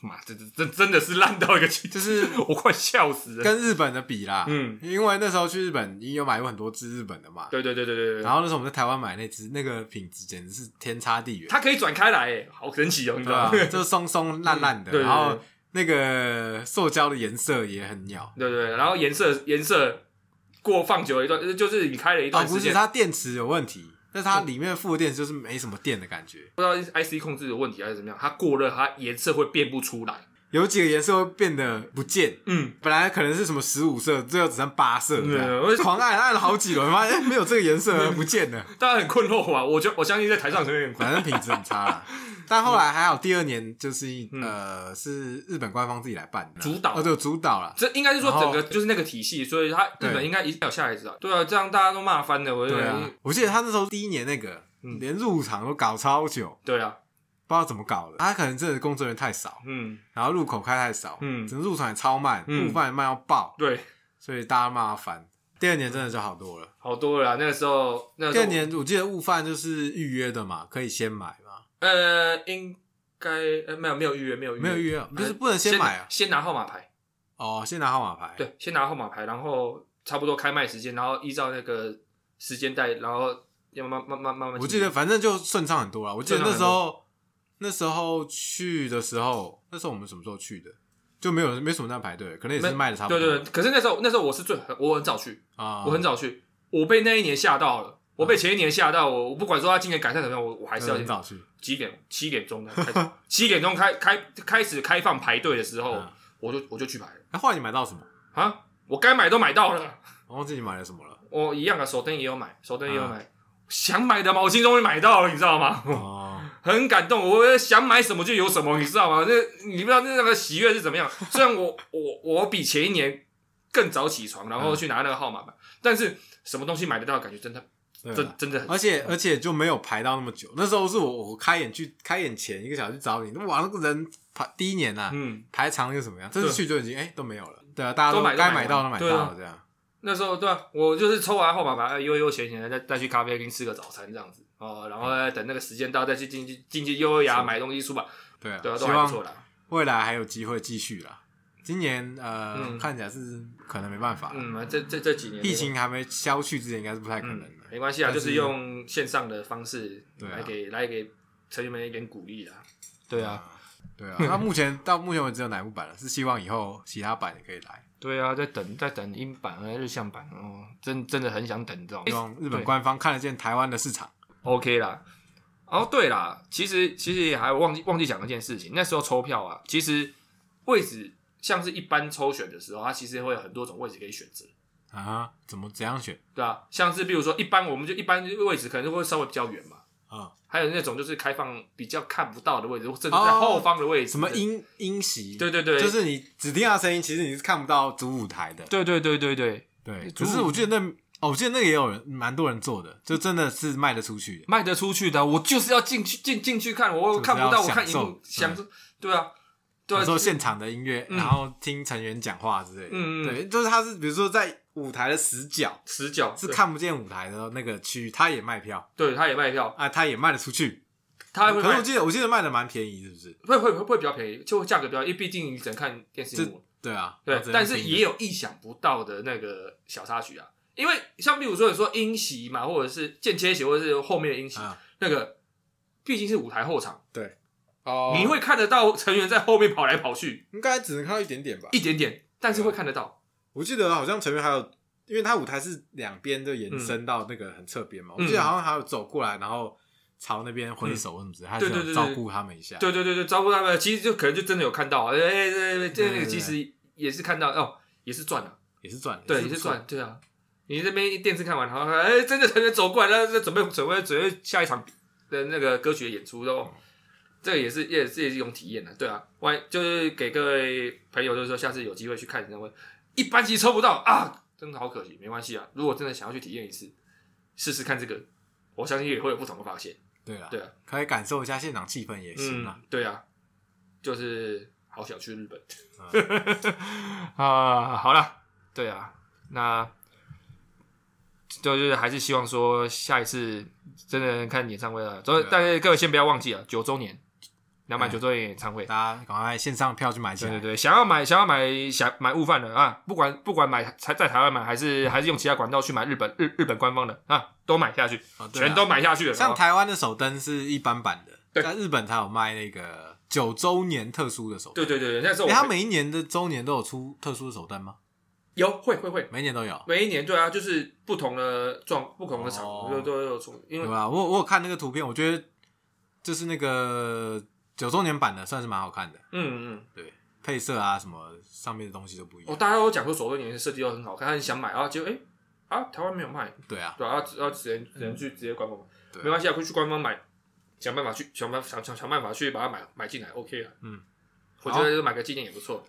Speaker 2: 妈，这这这真的是烂到一个极致，
Speaker 1: 就是
Speaker 2: 我快笑死了。
Speaker 1: 跟日本的比啦。
Speaker 2: 嗯，
Speaker 1: 因为那时候去日本，也有买过很多支日本的嘛。
Speaker 2: 对对对对对对
Speaker 1: 然，后那时候我们在台湾买那支，那个品质简直是天差地远，
Speaker 2: 它可以转开来，哎，好神奇哦，你知
Speaker 1: 对啊
Speaker 2: 道
Speaker 1: 吧
Speaker 2: 吗？？
Speaker 1: 就是松松烂烂
Speaker 2: 嗯
Speaker 1: 的，
Speaker 2: 对对对
Speaker 1: 然后那个塑胶的颜色也很鸟。
Speaker 2: 对对对，然后颜色颜色过放久了一段，呃就是你开了一
Speaker 1: 哦，
Speaker 2: 段
Speaker 1: 不
Speaker 2: 时
Speaker 1: 是，
Speaker 2: 间，
Speaker 1: 它电池有问题，但是它里面附的电池就是没什么电的感觉。
Speaker 2: 不知道是 IC 控制有问题还是怎么样，它过热，它颜色会变不出来。
Speaker 1: 有几个颜色会变得不见，
Speaker 2: 嗯，
Speaker 1: 本来可能是什么十五色，最后只剩八色这样，
Speaker 2: 对我
Speaker 1: 狂按按了好几轮，发现哎没有这个颜色了不见了，
Speaker 2: 大家很困惑吧？我觉我相信在台上可能有点困惑。
Speaker 1: 反正品质很差啦。 (laughs) 但后来还好，第二年就是一呃是日本官方自己来办的，
Speaker 2: 嗯主导
Speaker 1: 哦对主导啦。
Speaker 2: 这应该是说
Speaker 1: 然后
Speaker 2: 整个就是那个体系，所以它日
Speaker 1: 对
Speaker 2: 本应该一定要下来知道。对啊，这样大家都骂翻了，我就
Speaker 1: 对啊，我记得他那时候第一年那个
Speaker 2: 嗯
Speaker 1: 连入场都搞超久，
Speaker 2: 对啊，
Speaker 1: 不知道怎么搞的。他可能真的工作人员太少，
Speaker 2: 嗯，
Speaker 1: 然后入口开太少，
Speaker 2: 嗯
Speaker 1: 整个入场也超慢，
Speaker 2: 嗯
Speaker 1: 入饭也慢到爆，
Speaker 2: 对，
Speaker 1: 所以大家骂他烦。第二年真的就好多了。
Speaker 2: 好多了啦。那个时候，那个
Speaker 1: 第
Speaker 2: 时
Speaker 1: 二
Speaker 2: 候
Speaker 1: 年我记得悟饭就是预约的嘛，可以先买嘛，
Speaker 2: 呃，应该呃没有没有预约，没有约
Speaker 1: 没有预约，哦就是不能先买啊。
Speaker 2: 先拿号码牌，
Speaker 1: 哦，先拿号码牌。，
Speaker 2: 对，先拿号码牌，然后差不多开卖时间，然后依照那个时间带，然后要慢慢慢慢慢。
Speaker 1: 我记得，反正就顺畅很多了。我记得那时候那时候去的时候，那时候我们什么时候去的？就没有人没什么在排队，可能也是
Speaker 2: 没
Speaker 1: 卖的差不
Speaker 2: 对
Speaker 1: 多。
Speaker 2: 对对，可是那时候那时候我是最我很早去，
Speaker 1: 啊，
Speaker 2: 我很早去，我被那一年吓到了。我被前一年吓到，我我不管说他今年改善怎么样，我我还
Speaker 1: 还
Speaker 2: 是要
Speaker 1: 嗯很早去。
Speaker 2: 几点七点
Speaker 1: (laughs)
Speaker 2: 钟开始，七点钟开开开始开放排队的时候，
Speaker 1: 嗯
Speaker 2: 我就我就去排了
Speaker 1: 哎那后来你买到什么？
Speaker 2: 啊！我该买都买到了，
Speaker 1: 我忘记你买了什么
Speaker 2: (laughs)
Speaker 1: 了。
Speaker 2: 我一样啊，手灯也有买，手灯也
Speaker 1: 啊
Speaker 2: 有买。想买的毛巾终于买到了，你知道
Speaker 1: (laughs)
Speaker 2: 吗？
Speaker 1: 哦，
Speaker 2: 很感动，我想买什么就有什么，你知道吗？那你不知道那那个喜悦是怎么样。 (laughs) 虽然我我我比前一年更早起床，然后去拿那个号码牌，但是什么东西买得到，感觉真的
Speaker 1: 对啊哎
Speaker 2: 真
Speaker 1: 了，
Speaker 2: 真的很
Speaker 1: 而且而且就没有排到那么久。那时候是我我开演去开演前一个小时去找你，哇，那个人排第一年呐、啊，
Speaker 2: 嗯，
Speaker 1: 排长又怎么样？这
Speaker 2: 对
Speaker 1: 次去就已经哎、都没有了。对啊，大家
Speaker 2: 都买
Speaker 1: 该
Speaker 2: 都买
Speaker 1: 买到都买
Speaker 2: 完
Speaker 1: 到了，这样。
Speaker 2: 那时候对啊，我就是抽完号码牌，悠悠闲闲的再再去咖啡厅吃个早餐这样子哦，然后呢等那个时间到再去进去进去悠悠牙买东西出吧，
Speaker 1: 对啊，
Speaker 2: 对啊，都
Speaker 1: 希
Speaker 2: 还不错
Speaker 1: 望
Speaker 2: 啦。
Speaker 1: 未来还有机会继续啦。今年呃、
Speaker 2: 嗯
Speaker 1: 看起来是可能没办法了，
Speaker 2: 嗯，这这这几年
Speaker 1: 疫情还没消去之前，应该是不太可能
Speaker 2: 嗯
Speaker 1: 的。
Speaker 2: 没关系啊，
Speaker 1: 但
Speaker 2: 就是是用线上的方式
Speaker 1: 对啊
Speaker 2: 来给来给成员们一点鼓励啦。对啊，
Speaker 1: 对啊，那目前 (laughs) 到目前为止只有哪一部版了？是希望以后其他版也可以来。
Speaker 2: 对啊，在等在等英版和日向版哦，真真的很想等这种哎
Speaker 1: 希望哎日
Speaker 2: 对
Speaker 1: 本官方看得见台湾的市场。
Speaker 2: OK 啦。哦，对啦，其实其实也还忘记忘记讲一件事情，那时候抽票啊，其实位置像是一般抽选的时候，它其实会有很多种位置可以选择，
Speaker 1: 啊，怎么怎样选
Speaker 2: 对啊，像是比如说一般我们就一般位置可能就会稍微比较远嘛，
Speaker 1: 啊？
Speaker 2: 还有那种就是开放比较看不到的位置，或甚至在后方的位置，
Speaker 1: 哦什么音音席？
Speaker 2: 对对对
Speaker 1: 就是你只听到声音，其实你是看不到主舞台的。
Speaker 2: 对对对对对，
Speaker 1: 对，
Speaker 2: 主
Speaker 1: 只
Speaker 2: 舞
Speaker 1: 是我记得那哦，我记得那个也有人蛮多人做的，就真的是卖得出去的。
Speaker 2: 卖得出去的，我就是要进去进进去看，我
Speaker 1: 就是
Speaker 2: 看不到，
Speaker 1: 要
Speaker 2: 我看荧幕
Speaker 1: 享
Speaker 2: 享
Speaker 1: 受
Speaker 2: 受，对啊，对啊
Speaker 1: 有时，候现场的音乐，然后听成员讲话之类的。
Speaker 2: 嗯嗯
Speaker 1: 对，就是他是比如说在舞台的死角
Speaker 2: 死角
Speaker 1: 是，看不见舞台的那个区域，他也卖票
Speaker 2: 对，对他也卖票，
Speaker 1: 啊，他也卖得出去。
Speaker 2: 他会
Speaker 1: 可是
Speaker 2: 卖
Speaker 1: 我记得我记得卖的蛮便宜，是不是？
Speaker 2: 会会会会比较便宜，就会价格比较，因为毕竟你只能看电视幕，
Speaker 1: 对啊，
Speaker 2: 对
Speaker 1: 我只，能
Speaker 2: 但是
Speaker 1: 听
Speaker 2: 也有意想不到的那个小插曲啊，因为像比如说你说音席嘛，或者是间接席，或者是后面的音席，
Speaker 1: 啊，
Speaker 2: 那个毕竟是舞台后场，
Speaker 1: 对哦
Speaker 2: 你会看得到成员在后面跑来跑去
Speaker 1: 应该只能看到一点点吧
Speaker 2: 一点点，但是会看得到，
Speaker 1: 我记得好像前面还有，因为它舞台是两边就延伸到那个很侧边嘛，
Speaker 2: 嗯
Speaker 1: 我记得好像还有走过来，然后朝那边挥手什么之类，还
Speaker 2: 嗯
Speaker 1: 是
Speaker 2: 对对
Speaker 1: 有
Speaker 2: 对对
Speaker 1: 照顾他们一下。
Speaker 2: 对对对对，招呼他们，其实就可能就真的有看到啊，哎哎哎，这那
Speaker 1: 对对
Speaker 2: 个
Speaker 1: 对
Speaker 2: 其实也是看到哦，也是赚了、
Speaker 1: 也是赚，
Speaker 2: 对，也
Speaker 1: 也
Speaker 2: 是
Speaker 1: 不错
Speaker 2: 赚，。对啊。你这边一电视看完，然后哎，真的成员走过来，那那准备准备准备下一场的那个歌曲的演出哦，这个也是也是也是一种体验的、对啊。万就是给各位朋友，就是说下次有机会去看演唱会，一般其实抽不到啊，真的好可惜，没关系啊。如果真的想要去体验一次，试试看这个，我相信也会有不同的发现。
Speaker 1: 对啊，
Speaker 2: 对啊，
Speaker 1: 可以感受一下现场气氛也行啦。
Speaker 2: 嗯，对啊，就是好想去日本
Speaker 1: 嗯
Speaker 2: 啊、好了，对啊，那就是还是希望说下一次真的看演唱会了。所以
Speaker 1: 对啊
Speaker 2: 但是各位先不要忘记啊，九周年，两百
Speaker 1: 嗯
Speaker 2: 九周年演唱会。
Speaker 1: 大家赶快线上票去买起
Speaker 2: 对对
Speaker 1: 来。
Speaker 2: 对，想要买想要买想买悟饭的啊，不管不管买在在台湾买还是还是用其他管道去买日本日日本官方的啊，都买下去，
Speaker 1: 哦对啊
Speaker 2: 全都买下去了。
Speaker 1: 像
Speaker 2: 好
Speaker 1: 台湾的手灯是一般版的，
Speaker 2: 对
Speaker 1: 在日本它有卖那个九周年特殊的手
Speaker 2: 对对
Speaker 1: 灯。
Speaker 2: 对对，那时候
Speaker 1: 诶
Speaker 2: 我
Speaker 1: 它每一年的周年都有出特殊的手灯吗？
Speaker 2: 有会会会，
Speaker 1: 每一年都有。
Speaker 2: 每一年对啊，就是不同的状、不同的场
Speaker 1: 哦
Speaker 2: 合都都有出，因
Speaker 1: 对啊
Speaker 2: 为
Speaker 1: 吧？我我有看那个图片，我觉得就是那个九周年版的，算是蛮好看的。
Speaker 2: 嗯嗯，
Speaker 1: 对，配色啊什么上面的东西都不一
Speaker 2: 哦，
Speaker 1: 样。
Speaker 2: 大家都讲说所谓年的设计都很好看，很想买，然后结果哎、啊，台湾没有卖，
Speaker 1: 对啊，
Speaker 2: 对啊，只要只能只能去直接官方买，
Speaker 1: 嗯对
Speaker 2: 没关系啊，可以去官方买，想办法去想办法想想想办法去把它买买进来，OK 啊，
Speaker 1: 嗯，
Speaker 2: 我觉得买个纪念也不错，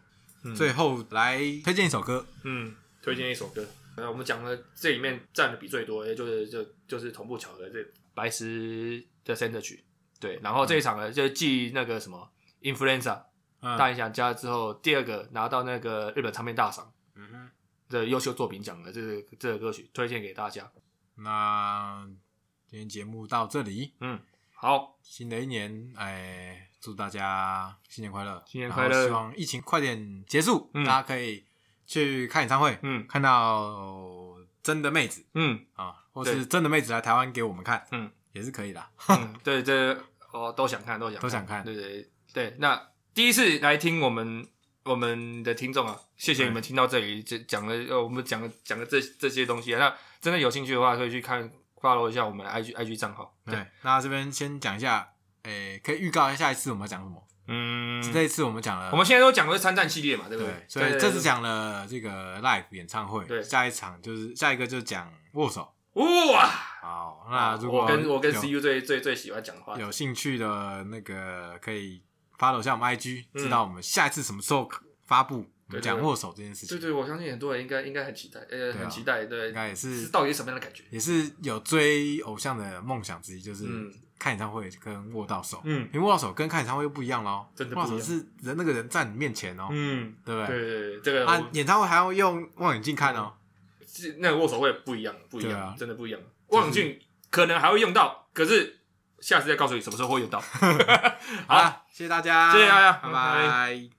Speaker 1: 最后来推荐一首歌，
Speaker 2: 嗯，推荐一首歌，呃，我们讲的这里面占的比最多，也就是就就是同步巧合这白石的 center 曲，对，然后这一场呢就继那个什么 influenza。大
Speaker 1: 嗯，
Speaker 2: 影响家之后，第二个拿到那个日本唱片大赏
Speaker 1: 嗯哼
Speaker 2: 的优秀作品奖的这个这个歌曲，推荐给大家。
Speaker 1: 那今天节目到这里，
Speaker 2: 好，
Speaker 1: 新的一年，哎，祝大家新年快乐，
Speaker 2: 新年快乐
Speaker 1: 然后希望疫情快点结束，
Speaker 2: 嗯
Speaker 1: 大家可以去看演唱会，
Speaker 2: 嗯
Speaker 1: 看到真的妹子
Speaker 2: (laughs) 嗯
Speaker 1: 啊，或
Speaker 2: 对
Speaker 1: 是真的妹子来台湾给我们看，
Speaker 2: 嗯，
Speaker 1: 也是可以的。
Speaker 2: 嗯，对，这哦都想看，都想
Speaker 1: 都想看
Speaker 2: 对对对。那第一次来听我们我们的听众啊，谢谢你们听到这里，这讲了呃我们讲了讲了这这些东西啊。那真的有兴趣的话，可以去看 follow 一下我们的 IG IG 账号。对，
Speaker 1: 哎对，那这边先讲一下，诶、可以预告一下下一次我们要讲什么。
Speaker 2: 嗯，
Speaker 1: 这一次我们讲了，
Speaker 2: 我们现在都讲的是参战系列嘛，对不
Speaker 1: 对，所以这次讲了这个 live 演唱
Speaker 2: 对
Speaker 1: 会，下一场就是下一个就讲握手。
Speaker 2: 哇，
Speaker 1: 好，那如果
Speaker 2: 我跟我跟
Speaker 1: 有
Speaker 2: CU 最最最喜欢讲话，
Speaker 1: 有兴趣的那个可以 follow 一下我们 IG，、
Speaker 2: 嗯
Speaker 1: 知道我们下一次什么时候发布我
Speaker 2: 对对
Speaker 1: 们讲握手这件事情，
Speaker 2: 对对，我相信很多人应该应该很期待，呃，
Speaker 1: 啊
Speaker 2: 很期待，对
Speaker 1: 应，该也
Speaker 2: 是
Speaker 1: 是
Speaker 2: 到底是什么样的感觉？
Speaker 1: 也是有追偶像的梦想之一，就是
Speaker 2: 嗯
Speaker 1: 看演唱会跟握到手，
Speaker 2: 嗯
Speaker 1: 因为握到手跟看演唱会又不一样喽，
Speaker 2: 真的不
Speaker 1: 握
Speaker 2: 一
Speaker 1: 到
Speaker 2: 样
Speaker 1: 手是人那个人站你面前哦、
Speaker 2: 嗯，
Speaker 1: 对
Speaker 2: 对
Speaker 1: 不对？
Speaker 2: 对对，这个
Speaker 1: 啊
Speaker 2: 我，
Speaker 1: 演唱会还要用望远镜看哦、
Speaker 2: 是那个握手会不一样，不一
Speaker 1: 对
Speaker 2: 样
Speaker 1: 啊，
Speaker 2: 真的不一样。望远镜可能还会用到，可是下次再告诉你什么时候会用到。好
Speaker 1: 好啦，谢谢大家，
Speaker 2: 谢谢大家哎
Speaker 1: 拜
Speaker 2: 拜
Speaker 1: 拜